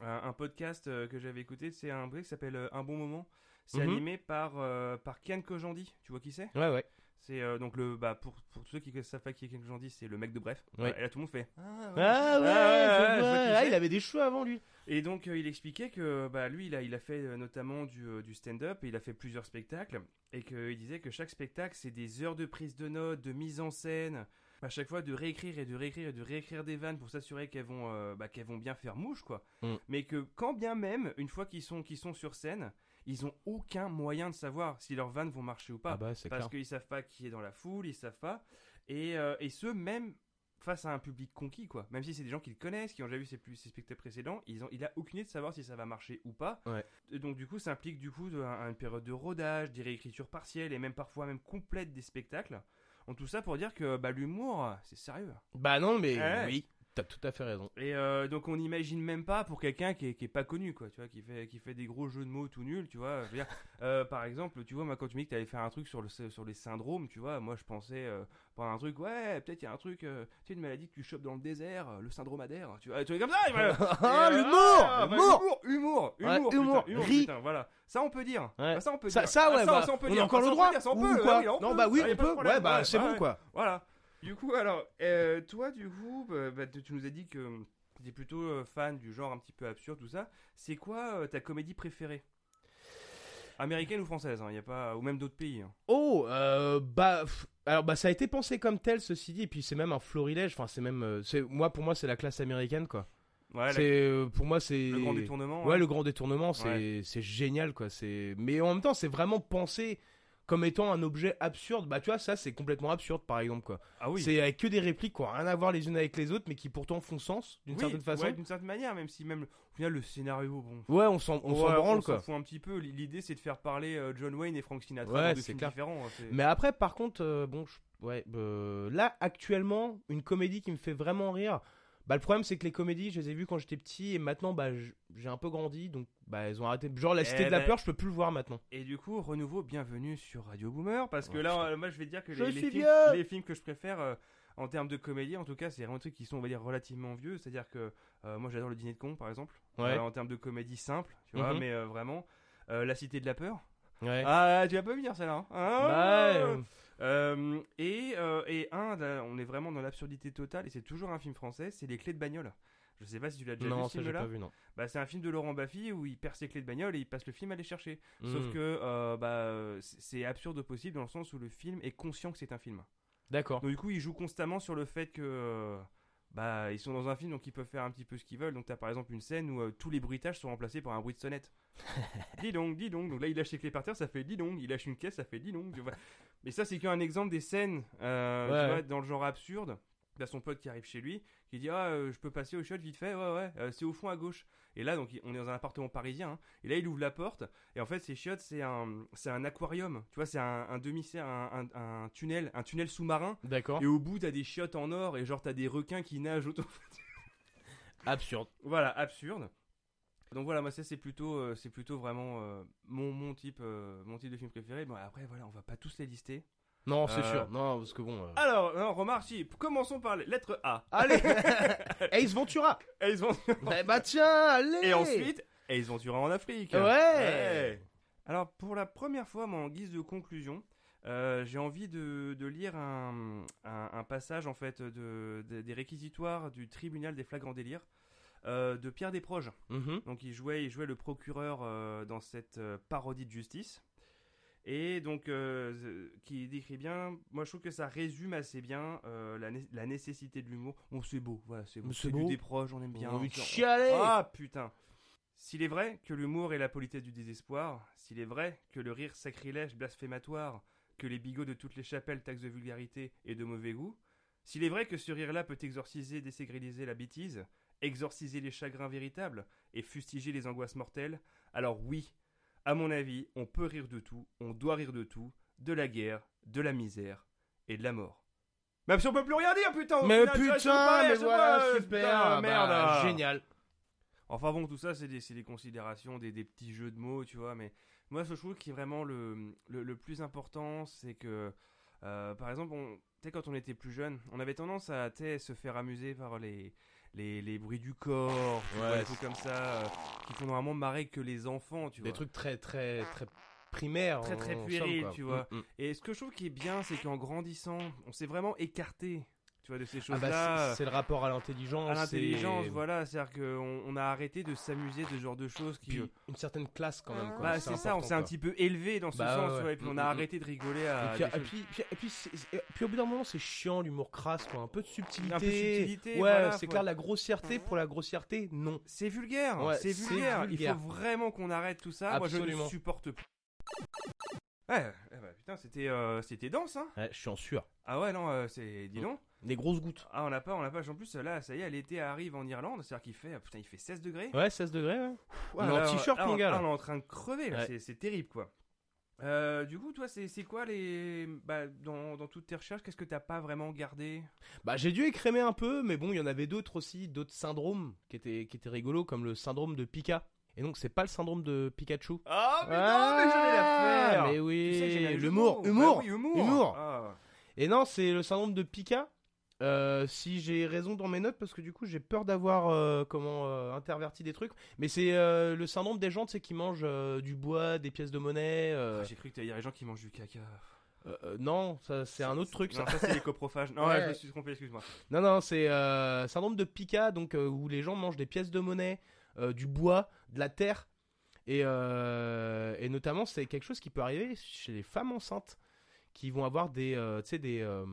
un, un podcast euh, que j'avais écouté. C'est un truc qui s'appelle euh, Un bon moment. C'est Mhm. animé par, euh, par Kian Kojandi. Tu vois qui c'est Ouais, ouais. C'est euh, donc le. Bah, pour, pour tous ceux qui savent pas qui est Kian Kojandi, c'est le mec de Bref. Ouais. Et là, tout le monde fait. Ah, ouais. Ah ouais, ouais, je je vois. vois qui Ah, c'est. il avait des cheveux avant lui. Et donc, euh, il expliquait que bah, lui, il a, il a fait euh, notamment du, euh, du stand-up, et il a fait plusieurs spectacles, et qu'il disait que chaque spectacle, c'est des heures de prise de notes, de mise en scène, à chaque fois de réécrire et de réécrire et de réécrire des vannes pour s'assurer qu'elles vont, euh, bah, qu'elles vont bien faire mouche, quoi. Mm. Mais que quand bien même, une fois qu'ils sont, qu'ils sont sur scène, ils ont aucun moyen de savoir si leurs vannes vont marcher ou pas. bah c'est parce qu'ils savent pas qui est dans la foule, ils savent pas. Et, euh, et ce, même face à un public conquis, quoi. Même si c'est des gens qu'ils connaissent, qui ont déjà vu ses, plus- ses spectacles précédents, ils ont, il a aucune idée de savoir si ça va marcher ou pas. Ouais. Et donc, du coup, ça implique du coup de- un- une période de rodage, des réécritures partielles et même parfois même complètes des spectacles. En tout ça pour dire que bah, l'humour, c'est sérieux. Bah non, mais Ouais. oui, t'as tout à fait raison. Et euh, donc on n'imagine même pas pour quelqu'un qui est, qui est pas connu, quoi, tu vois, qui fait, qui fait des gros jeux de mots tout nuls, tu vois. Je veux dire, euh, par exemple, tu vois, moi quand tu me dis que t'allais faire un truc sur, le, sur les syndromes, tu vois, moi je pensais euh, prendre un truc, ouais, peut-être il y a un truc, euh, tu sais, une maladie que tu chopes dans le désert, euh, le syndrome Adair, tu vois, tu vois, comme ça, voilà. Ah, Et, euh, ah, l'humour, bah, l'humour. Humour Humour Ouais, putain, humour, ri. putain, voilà. Ça on peut dire. Ouais. Bah, ça on peut Ça, dire. ça, Ah, ouais, bah, ça, on peut on dire. a encore Ah, ça, le on droit peut dire, ça, on ou peut, quoi ouais, on Non, peut. bah oui, Ah, y a on pas de peut. problème. Ouais, bah Ouais, c'est ouais, bon ouais. quoi. Voilà. Du coup, alors, euh, toi, du coup, bah, bah, tu tu nous as dit que tu es plutôt euh, fan du genre un petit peu absurde, tout ça. C'est quoi euh, ta comédie préférée Américaine ou française, hein, y a pas, ou même d'autres pays. hein. Oh, euh, bah, pff, alors bah ça a été pensé comme tel, ceci dit, et puis c'est même un florilège. Enfin, c'est même, euh, c'est moi pour moi c'est la classe américaine quoi. Ouais, la- c'est euh, pour moi c'est le grand détournement. Ouais, hein. le grand détournement, c'est c'est génial quoi. C'est mais en même temps c'est vraiment pensé comme étant un objet absurde. Bah tu vois ça c'est complètement absurde par exemple quoi. Ah oui. C'est avec que des répliques qui ont rien à voir les unes avec les autres, mais qui pourtant font sens d'une Oui, certaine façon. ouais, Ouais, d'une certaine manière, même si même au final le scénario, bon. on s'en on s'en Ouais, branle on quoi. s'en fout un petit peu. L'idée, c'est de faire parler euh, John Wayne et Frank Sinatra Ouais, dans deux c'est films clair. différents. hein, c'est- Mais après, par contre, euh, bon, je- ouais, euh, là actuellement, une comédie qui me fait vraiment rire. Bah, le problème, c'est que les comédies, je les ai vues quand j'étais petit et maintenant, bah, j- j'ai un peu grandi, donc bah, elles ont arrêté. Genre, la Cité Eh de la ben. peur, je peux plus le voir maintenant. Et du coup, renouveau, bienvenue sur Radio Boomer, parce que Ouais, là, putain. euh, moi, je vais dire que Je les, les suis films, vieux les films que je préfère euh, en termes de comédie, en tout cas, c'est vraiment des trucs qui sont, on va dire, relativement vieux. C'est-à-dire que euh, moi, j'adore le dîner de con, par exemple, Ouais, Euh, en termes de comédie simple, tu vois, Mhm. mais euh, vraiment. euh, la cité de la peur. ouais. Ah, tu vas pas venir celle-là. hein. Ah. Bah, euh, Euh, et, euh, et un, là, on est vraiment dans l'absurdité totale, et c'est toujours un film français, c'est Les Clés de bagnole. Je sais pas si tu l'as déjà non, vu ça ce j'ai film-là. pas vu, non. Bah, c'est un film de Laurent Baffy où il perd ses clés de bagnole et il passe le film à les chercher. Sauf Hmm. que euh, bah, euh, c- c'est absurde au possible dans le sens où le film est conscient que c'est un film. D'accord. Donc du coup, ils jouent constamment sur le fait que euh, bah ils sont dans un film donc ils peuvent faire un petit peu ce qu'ils veulent. Donc t'as par exemple une scène où euh, tous les bruitages sont remplacés par un bruit de sonnette. dis donc, dis donc. Donc là, il lâche les clés par terre, ça fait dis donc. Il lâche une caisse, ça fait dis donc. Tu vois. Mais ça, c'est qu'un exemple des scènes euh, tu Ouais. vois, dans le genre absurde. Il a son pote qui arrive chez lui, qui dit Ah, euh, je peux passer au shot vite fait, ouais, ouais, euh, c'est au fond à gauche. Et là, donc, il- on est dans un appartement parisien, hein. et là, il ouvre la porte, et en fait, ces chiottes, c'est un, c'est un aquarium, tu vois, c'est un, un demi-cercle, un- un- un tunnel, un tunnel sous-marin, D'accord. et au bout, t'as des chiottes en or, et genre, t'as des requins qui nagent autour. Absurde. Voilà, absurde. Donc voilà, moi ça c'est plutôt, euh, c'est plutôt vraiment euh, mon, mon, type, euh, mon type de film préféré. Bon après voilà, on va pas tous les lister. Non, c'est Euh, Ah. sûr. Non, parce que bon. euh, Alors, non, remarque, si, commençons par les lettres A. Allez Ace Ventura Ace Ventura. Eh Bah tiens, allez Et ensuite, Ace Ventura en Afrique. Ouais. Alors pour la première fois, moi en guise de conclusion, euh, j'ai envie de, de lire un, un- un passage en fait de, de- des réquisitoires du tribunal des flagrants délires euh, de Pierre Desproges. Mhm. Donc il jouait, il jouait le procureur euh, dans cette euh, parodie de justice. Et donc, euh, ze- qui décrit bien, moi je trouve que ça résume assez bien euh, la, né- la nécessité de l'humour. Bon, c'est beau, voilà, c'est beau. Mais C'est c'est du beau. des proches, on aime Bien bien. envie de Genre, chialer Ah putain S'il est vrai que l'humour est la politesse du désespoir, s'il est vrai que le rire sacrilège blasphématoire, que les bigots de toutes les chapelles taxent de vulgarité et de mauvais goût, s'il est vrai que ce rire-là peut exorciser, déségriliser la bêtise, exorciser les chagrins véritables et fustiger les angoisses mortelles, alors oui, à mon avis, on peut rire de tout, on doit rire de tout, de la guerre, de la misère et de la mort. Même si on peut plus rien dire, putain! au Mais final, tu vois, je sais putain, mais pas, je sais pas, voilà, euh, super putain, bah, merde! ah. Génial Enfin bon, tout ça, c'est des, c'est des considérations, des, des petits jeux de mots, tu vois. Mais moi, ce que je trouve qui est vraiment le, le, le plus important, c'est que, euh, par exemple, on, tu sais, quand on était plus jeune, on avait tendance à tu sais, se faire amuser par les, les, les bruits du corps, tu vois, Ouais. des trucs comme ça, euh, qui font normalement marrer que les enfants, tu Des vois. trucs très, très, très primaires. Très, en- très en somme, puérils, quoi. tu vois. Mm, mm. Et ce que je trouve qui est bien, c'est qu'en grandissant, on s'est vraiment écarté, tu vois, de ces Ah choses-là. bah, euh, c'est- c'est le rapport à l'intelligence. à l'intelligence, c'est- voilà, c'est-à-dire qu'on on a arrêté de s'amuser de ce genre de choses qui, euh, Puis, une certaine classe quand même. quoi. Bah, c'est ça, on important, s'est un quoi. petit peu élevé dans ce Bah, sens, ouais, tu vois, et puis ouais. on Mm, a mm, arrêter de rigoler à. Et puis, des et choses- puis, puis- et puis c'est- et puis au bout d'un moment, c'est chiant l'humour crasse, quoi. Un peu de subtilité. Un peu de subtilité, ouais, voilà, c'est faut- Mmh. clair, la grossièreté pour la grossièreté, non. C'est vulgaire, Ouais, c'est c'est vulgaire. vulgaire. Il faut vraiment qu'on arrête tout ça. Moi, je ne Absolument. supporte plus. Ouais, eh bah, putain, c'était euh, c'était dense, hein. Ouais, je suis en sueur. Ah ouais, non, euh, c'est dis donc. Des grosses gouttes. Ah, on n'a pas, on n'a pas. En plus, là, ça y est, l'été arrive en Irlande, c'est-à-dire qu'il fait, putain, il fait 16 degrés. Ouais, 16 degrés, ouais. Ouais, Il est en là, t-shirt, là, mon on- gars, là, là. on est en train de crever, là. Ouais. C'est- c'est terrible, quoi. Euh, du coup, toi, c'est c'est quoi les. Bah, dans, dans toutes tes recherches, qu'est-ce que t'as pas vraiment gardé Bah, j'ai dû écrémer un peu, mais bon, il y en avait d'autres aussi, d'autres syndromes qui étaient, qui étaient rigolos, comme le syndrome de Pika. Et donc, c'est pas le syndrome de Pikachu. Ah, mais non, mais j'allais la Ah, faire Mais Tu sais que j'aime bien oui, les l'humour, jeux de mots. humour. Bah oui, humour. humour. Ah. Et non, c'est le syndrome de Pika. Euh, si j'ai raison dans mes notes, parce que du coup j'ai peur d'avoir euh, comment euh, interverti des trucs, mais c'est euh, le syndrome des gens, tu sais, qui mangent euh, du bois, des pièces de monnaie. euh, Ah, J'ai cru que t'allais dire les gens qui mangent du caca. euh, euh, non, ça c'est un autre truc. Ça. Non, ça c'est les coprophages. Non, ouais, Ouais. je me suis trompé, excuse-moi. Non, non, c'est euh, syndrome de Pika, donc euh, où les gens mangent des pièces de monnaie, euh, du bois, de la terre. Et, euh, et notamment, c'est quelque chose qui peut arriver chez les femmes enceintes qui vont avoir des, euh, tu sais, des, euh,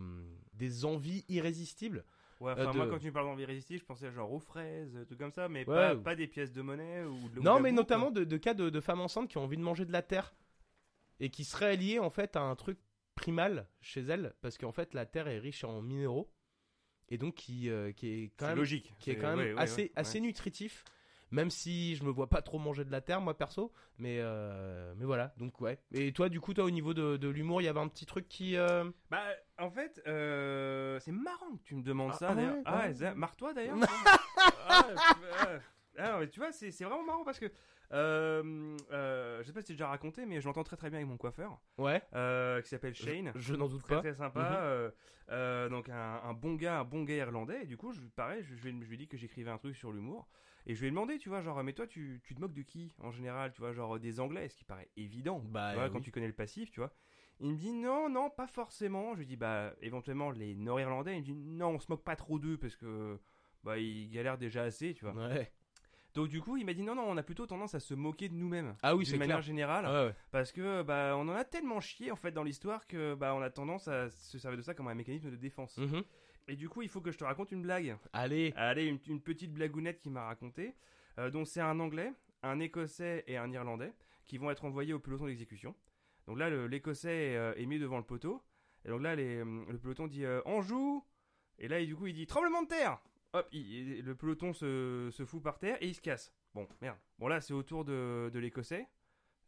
des envies irrésistibles. Ouais, enfin, Euh, de- moi quand tu me parles d'envie résistible, je pensais genre aux fraises, euh, tout comme ça, mais Ouais, pas, ou- pas des pièces de monnaie ou de l'eau non, de mais boue, notamment quoi. de, de cas de, de femmes enceintes qui ont envie de manger de la terre et qui seraient liées en fait à un truc primal chez elles parce qu'en fait la terre est riche en minéraux et donc qui, euh, qui est quand C'est même logique. qui est C'est- quand même ouais, ouais, assez, ouais. assez nutritif, même si je me vois pas trop manger de la terre, moi perso. Mais, euh, mais voilà, donc ouais. Et toi, du coup, toi, au niveau de, de l'humour, il y avait un petit truc qui. euh, Bah, en fait, euh, c'est marrant que tu me demandes Ah, ça. ah d'ailleurs. ouais, ah, ouais. ouais, ça- marre-toi d'ailleurs. ah, euh, ah, mais tu vois, c'est c'est vraiment marrant parce que. euh, euh, je sais pas si j'ai déjà raconté, mais je l'entends très très bien avec mon coiffeur Ouais, euh, qui s'appelle Shane. je, je n'en doute Très, pas. très sympa. Mhm. euh, euh, donc un, un bon gars, un bon gars irlandais. Et du coup, je, pareil, je, je lui ai- je lui ai dit que j'écrivais un truc sur l'humour. Et je lui ai demandé, tu vois, genre, mais toi, tu, tu te moques de qui en général Tu vois, genre des Anglais, ce qui paraît évident. Bah, tu vois, euh, quand oui. tu connais le passif, tu vois. Il me dit non, non, pas forcément. Je lui dis bah éventuellement les Nord-Irlandais. Il me dit non, on se moque pas trop d'eux parce que bah ils galèrent déjà assez, tu vois. Ouais. Donc du coup, il m'a dit non, non, on a plutôt tendance à se moquer de nous-mêmes. Ah oui, D'une c'est manière clair. générale Ouais, ouais. parce que bah on en a tellement chié en fait dans l'histoire que bah on a tendance à se servir de ça comme un mécanisme de défense. Mhm. Et du coup, il faut que je te raconte une blague. Allez, Allez, une, une petite blagounette qu'il m'a racontée. Euh, donc c'est un anglais un Écossais et un Irlandais qui vont être envoyés au peloton d'exécution. Donc là, le- l'Écossais euh, est mis devant le poteau. Et donc là, les, hum, le peloton dit euh, On joue Et là, il- du coup, il dit Tremblement de terre Hop, il- il- le peloton se, se fout par terre et il se casse. Bon, merde. Bon, là, c'est au tour de, de l'Écossais.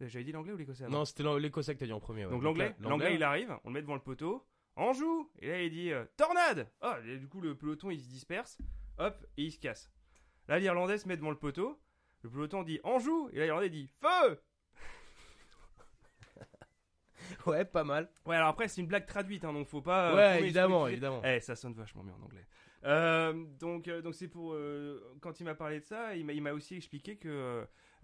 J'avais dit l'anglais ou l'Écossais avant Non, c'était l'an- l'Écossais que t'as dit en premier. ouais. donc l'anglais, là, l'anglais il arrive, on le met devant le poteau, on joue, et là il dit euh, tornade. Ah, et du coup le peloton il se disperse, hop et il se casse. Là l'irlandais se met devant le poteau, le peloton dit on joue, et là l'irlandais dit feu. Ouais, pas mal. Ouais alors après c'est une blague traduite, hein, donc faut pas. euh, faut ouais, pas évidemment, expliquer. évidemment. Eh, ça sonne vachement mieux en anglais. Euh, donc, euh, donc c'est pour euh, quand il m'a parlé de ça, il m'a- il m'a aussi expliqué que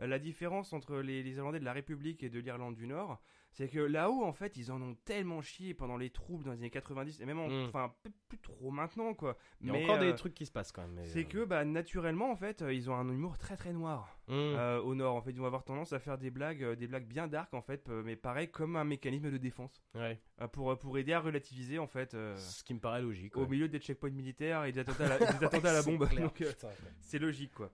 euh, la différence entre les, les Irlandais de la République et de l'Irlande du Nord, c'est que là-haut en fait ils en ont tellement chié pendant les troubles dans les années 90 et même en- Mm. enfin p- plus trop maintenant quoi. Il y a encore euh, des trucs qui se passent quand même. mais, C'est euh, que bah naturellement en fait euh, ils ont un humour très très noir hum. euh, au Nord en fait ils vont avoir tendance à faire des blagues euh, des blagues bien dark en fait euh, mais pareil comme un mécanisme de défense Ouais. euh, pour pour aider à relativiser en fait. euh, Ce qui me paraît logique. au ouais. milieu des checkpoints militaires et des attentats à la, des attentats à la Ouais, bombe. c'est clair, Donc, euh, putain, quoi. c'est logique, quoi.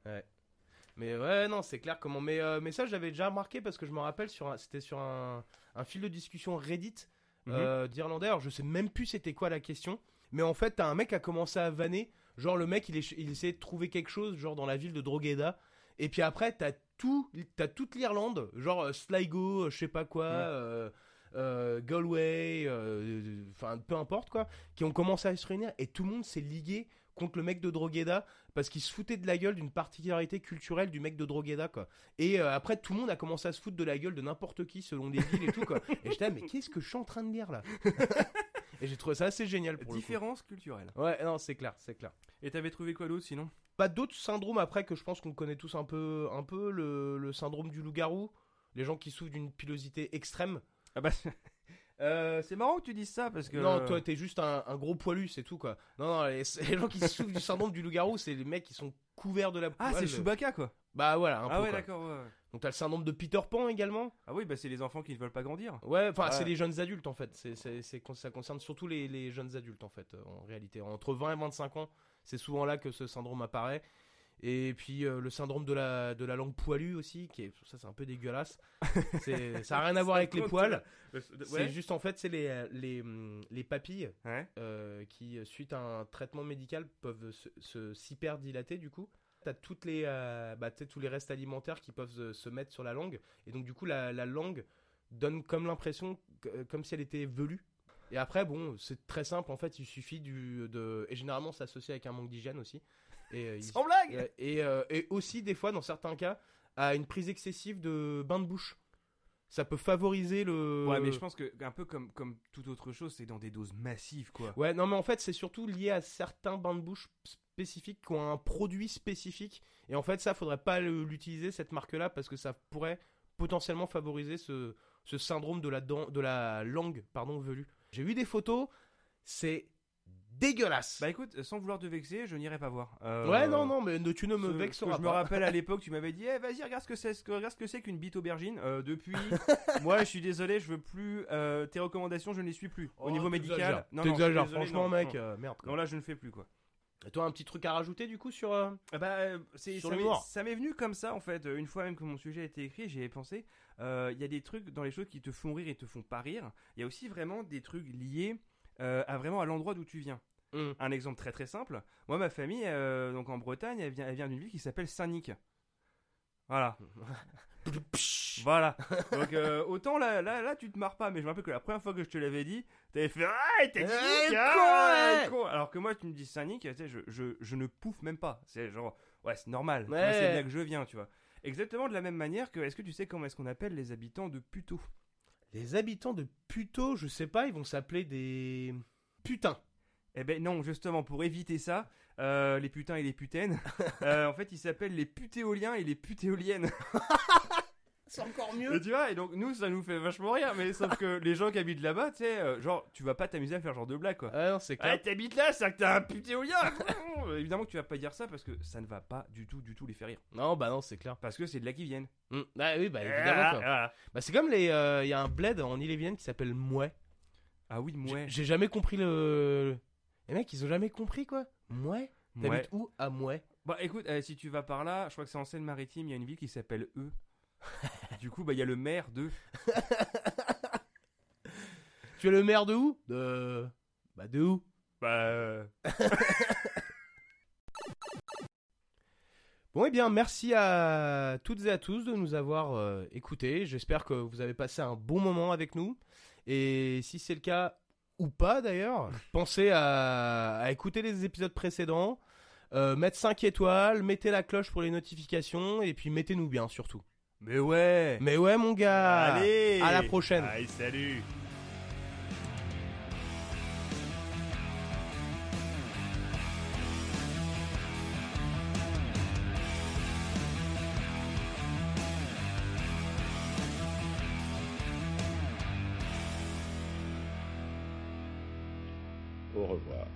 Mais ouais, non, c'est clair comment. Mais, euh, mais ça, j'avais déjà remarqué parce que je me rappelle, sur un- c'était sur un, un fil de discussion Reddit euh, d'Irlandais. Alors, je sais même plus c'était quoi la question. Mais en fait, t'as un mec qui a commencé à vanner. Genre, le mec, il, est, il essayait de trouver quelque chose, genre dans la ville de Drogheda. Et puis après, t'as tout, t'as toute l'Irlande, genre euh, Sligo, euh, je sais pas quoi, Ouais. euh, euh, Galway, euh, enfin peu importe quoi, qui ont commencé à se réunir et tout le monde s'est ligué contre le mec de Drogheda parce qu'il se foutait de la gueule d'une particularité culturelle du mec de Drogheda quoi. Et euh, après tout le monde a commencé à se foutre de la gueule de n'importe qui selon les villes et tout quoi. Et j'étais là, mais qu'est-ce que je suis en train de lire là Et j'ai trouvé ça assez génial pour Différence culturelle. le coup. Ouais, non, c'est clair, c'est clair. Et t'avais trouvé quoi d'autre sinon Pas d'autres syndromes après que je pense qu'on connaît tous un peu, un peu le, le syndrome du loup-garou, les gens qui souffrent d'une pilosité extrême. Ah bah. euh, c'est marrant que tu dises ça parce que. Non, toi t'es juste un, un gros poilu, c'est tout quoi. Non, non, les, les gens qui souffrent du syndrome du loup-garou, c'est les mecs qui sont couverts de la Ah, poêle. c'est Chewbacca quoi. Bah voilà, un Ah peu, ouais, quoi. d'accord. ouais, ouais. Donc t'as le syndrome de Peter Pan également. Ah oui, bah c'est les enfants qui ne veulent pas grandir. Ouais, enfin Ouais. c'est les jeunes adultes en fait. C'est, c'est- c'est con- ça concerne surtout les, les jeunes adultes en fait, euh, en réalité. Entre 20 et 25 ans, c'est souvent là que ce syndrome apparaît. Et puis euh, le syndrome de la, de la langue poilue aussi, qui est, ça c'est un peu dégueulasse. C'est- ça n'a rien à voir avec les poils. Ouais. Bah, C'est juste en fait, c'est les, euh, les, hum, les papilles Ouais. euh, qui, suite à un traitement médical, peuvent se, se s'hyperdilater du coup. T'as toutes les, euh, bah, t'sais, tous les restes alimentaires qui peuvent euh, se, se mettre sur la langue. Et donc, du coup, la, la langue donne comme l'impression, que- euh, comme si elle était velue. Et après, bon, c'est très simple. En fait, il suffit du, de. Et généralement, c'est associé avec un manque d'hygiène aussi. Et, euh, il- Sans blague et, et, euh, et aussi, des fois, dans certains cas, à une prise excessive de bain de bouche. Ça peut favoriser le. Ouais, mais je pense que un peu comme, comme toute autre chose, c'est dans des doses massives quoi. Ouais, non, mais en fait, c'est surtout lié à certains bains de bouche spécifiques qui ont un produit spécifique. Et en fait, ça, faudrait pas le- l'utiliser, cette marque-là, parce que ça pourrait potentiellement favoriser ce, ce syndrome de la, dent- de la langue pardon, velue. J'ai vu des photos, c'est dégueulasse. Bah écoute, sans vouloir te vexer, je n'irai pas voir. Euh, ouais, non, non, mais ne, tu ne me Ce- ce vexeras que pas. Je me rappelle à l'époque, tu m'avais dit, eh, vas-y, regarde ce que c'est, ce que- regarde ce que c'est qu'une bite aubergine. Euh, depuis, moi, je suis désolé, je veux plus euh, tes recommandations, je ne les suis plus. Au Oh, niveau t'exagères. médical, non, non, je suis T'exagères, désolé, franchement, non, mec, non. euh, merde. quoi. Non, là, je ne fais plus quoi. Et toi, un petit truc à rajouter du coup sur. euh, Ah Bah, euh, c'est Sur ça le m'est- noir. ça m'est venu comme ça en fait. Euh, Une fois même que mon sujet a été écrit, j'y ai pensé. Euh, Il y a des trucs dans les choses qui te font rire et te font pas rire. Il y a aussi vraiment des trucs liés euh, à vraiment à l'endroit d'où tu viens. Mm. Un exemple très très simple. Moi, ma famille, euh, donc en Bretagne, elle vient, elle vient d'une ville qui s'appelle Saint-Nic. Voilà. Voilà. Donc euh, autant là, là, là, tu te marres pas, mais je me rappelle que la première fois que je te l'avais dit, t'avais fait ah, t'es Eh, geek, le con, ah, le con. Alors que moi, tu me dis Sonic, tu sais, je, je, je ne pouffe même pas. C'est genre ouais, c'est normal. Moi, Ouais. C'est de là que je viens, tu vois. Exactement de la même manière que, est-ce que tu sais comment est-ce qu'on appelle les habitants de Puto Les habitants de Puto, je sais pas, ils vont s'appeler des. Putains. Eh ben non, justement, pour éviter ça, euh, les putains et les putaines, euh, en fait, ils s'appellent les putéoliens et les putéoliennes. C'est encore Et tu vois, et donc nous, ça nous fait vachement rire, mais sauf que les gens qui habitent là-bas, tu sais, euh, genre, tu vas pas t'amuser à faire genre de blague, quoi. Ah non, c'est clair. Ah, t'habites là, c'est que t'as un putéolien Évidemment que tu vas pas dire ça parce que ça ne va pas du tout, du tout les faire rire. Non, bah non, c'est clair. Parce que c'est de là qu'ils viennent. Mm. Ah oui, bah ah, évidemment. quoi. ah. Bah, c'est comme les. Il y a un bled en Ille-et-Vilaine qui s'appelle Mouais. Ah oui, J'ai- mouais. J'ai jamais compris le. Les mecs, ils ont jamais compris quoi. Mouais T'habites Mouais. où À Mouais. Bah écoute, euh, si tu vas par là, je crois que c'est en Seine-Maritime, il y a une ville qui s'appelle E. du coup, bah il y a le maire de. Tu es le maire de où De. Bah, de où Bah. euh, Bon, eh bien, merci à toutes et à tous de nous avoir euh, écoutés. J'espère que vous avez passé un bon moment avec nous. Et si c'est le cas, ou pas d'ailleurs, pensez à, à écouter les épisodes précédents, euh, mettre 5 étoiles, mettez la cloche pour les notifications, et puis mettez-nous bien surtout. Mais ouais Mais ouais, mon gars Allez Ah, À la prochaine Allez, salut Au revoir.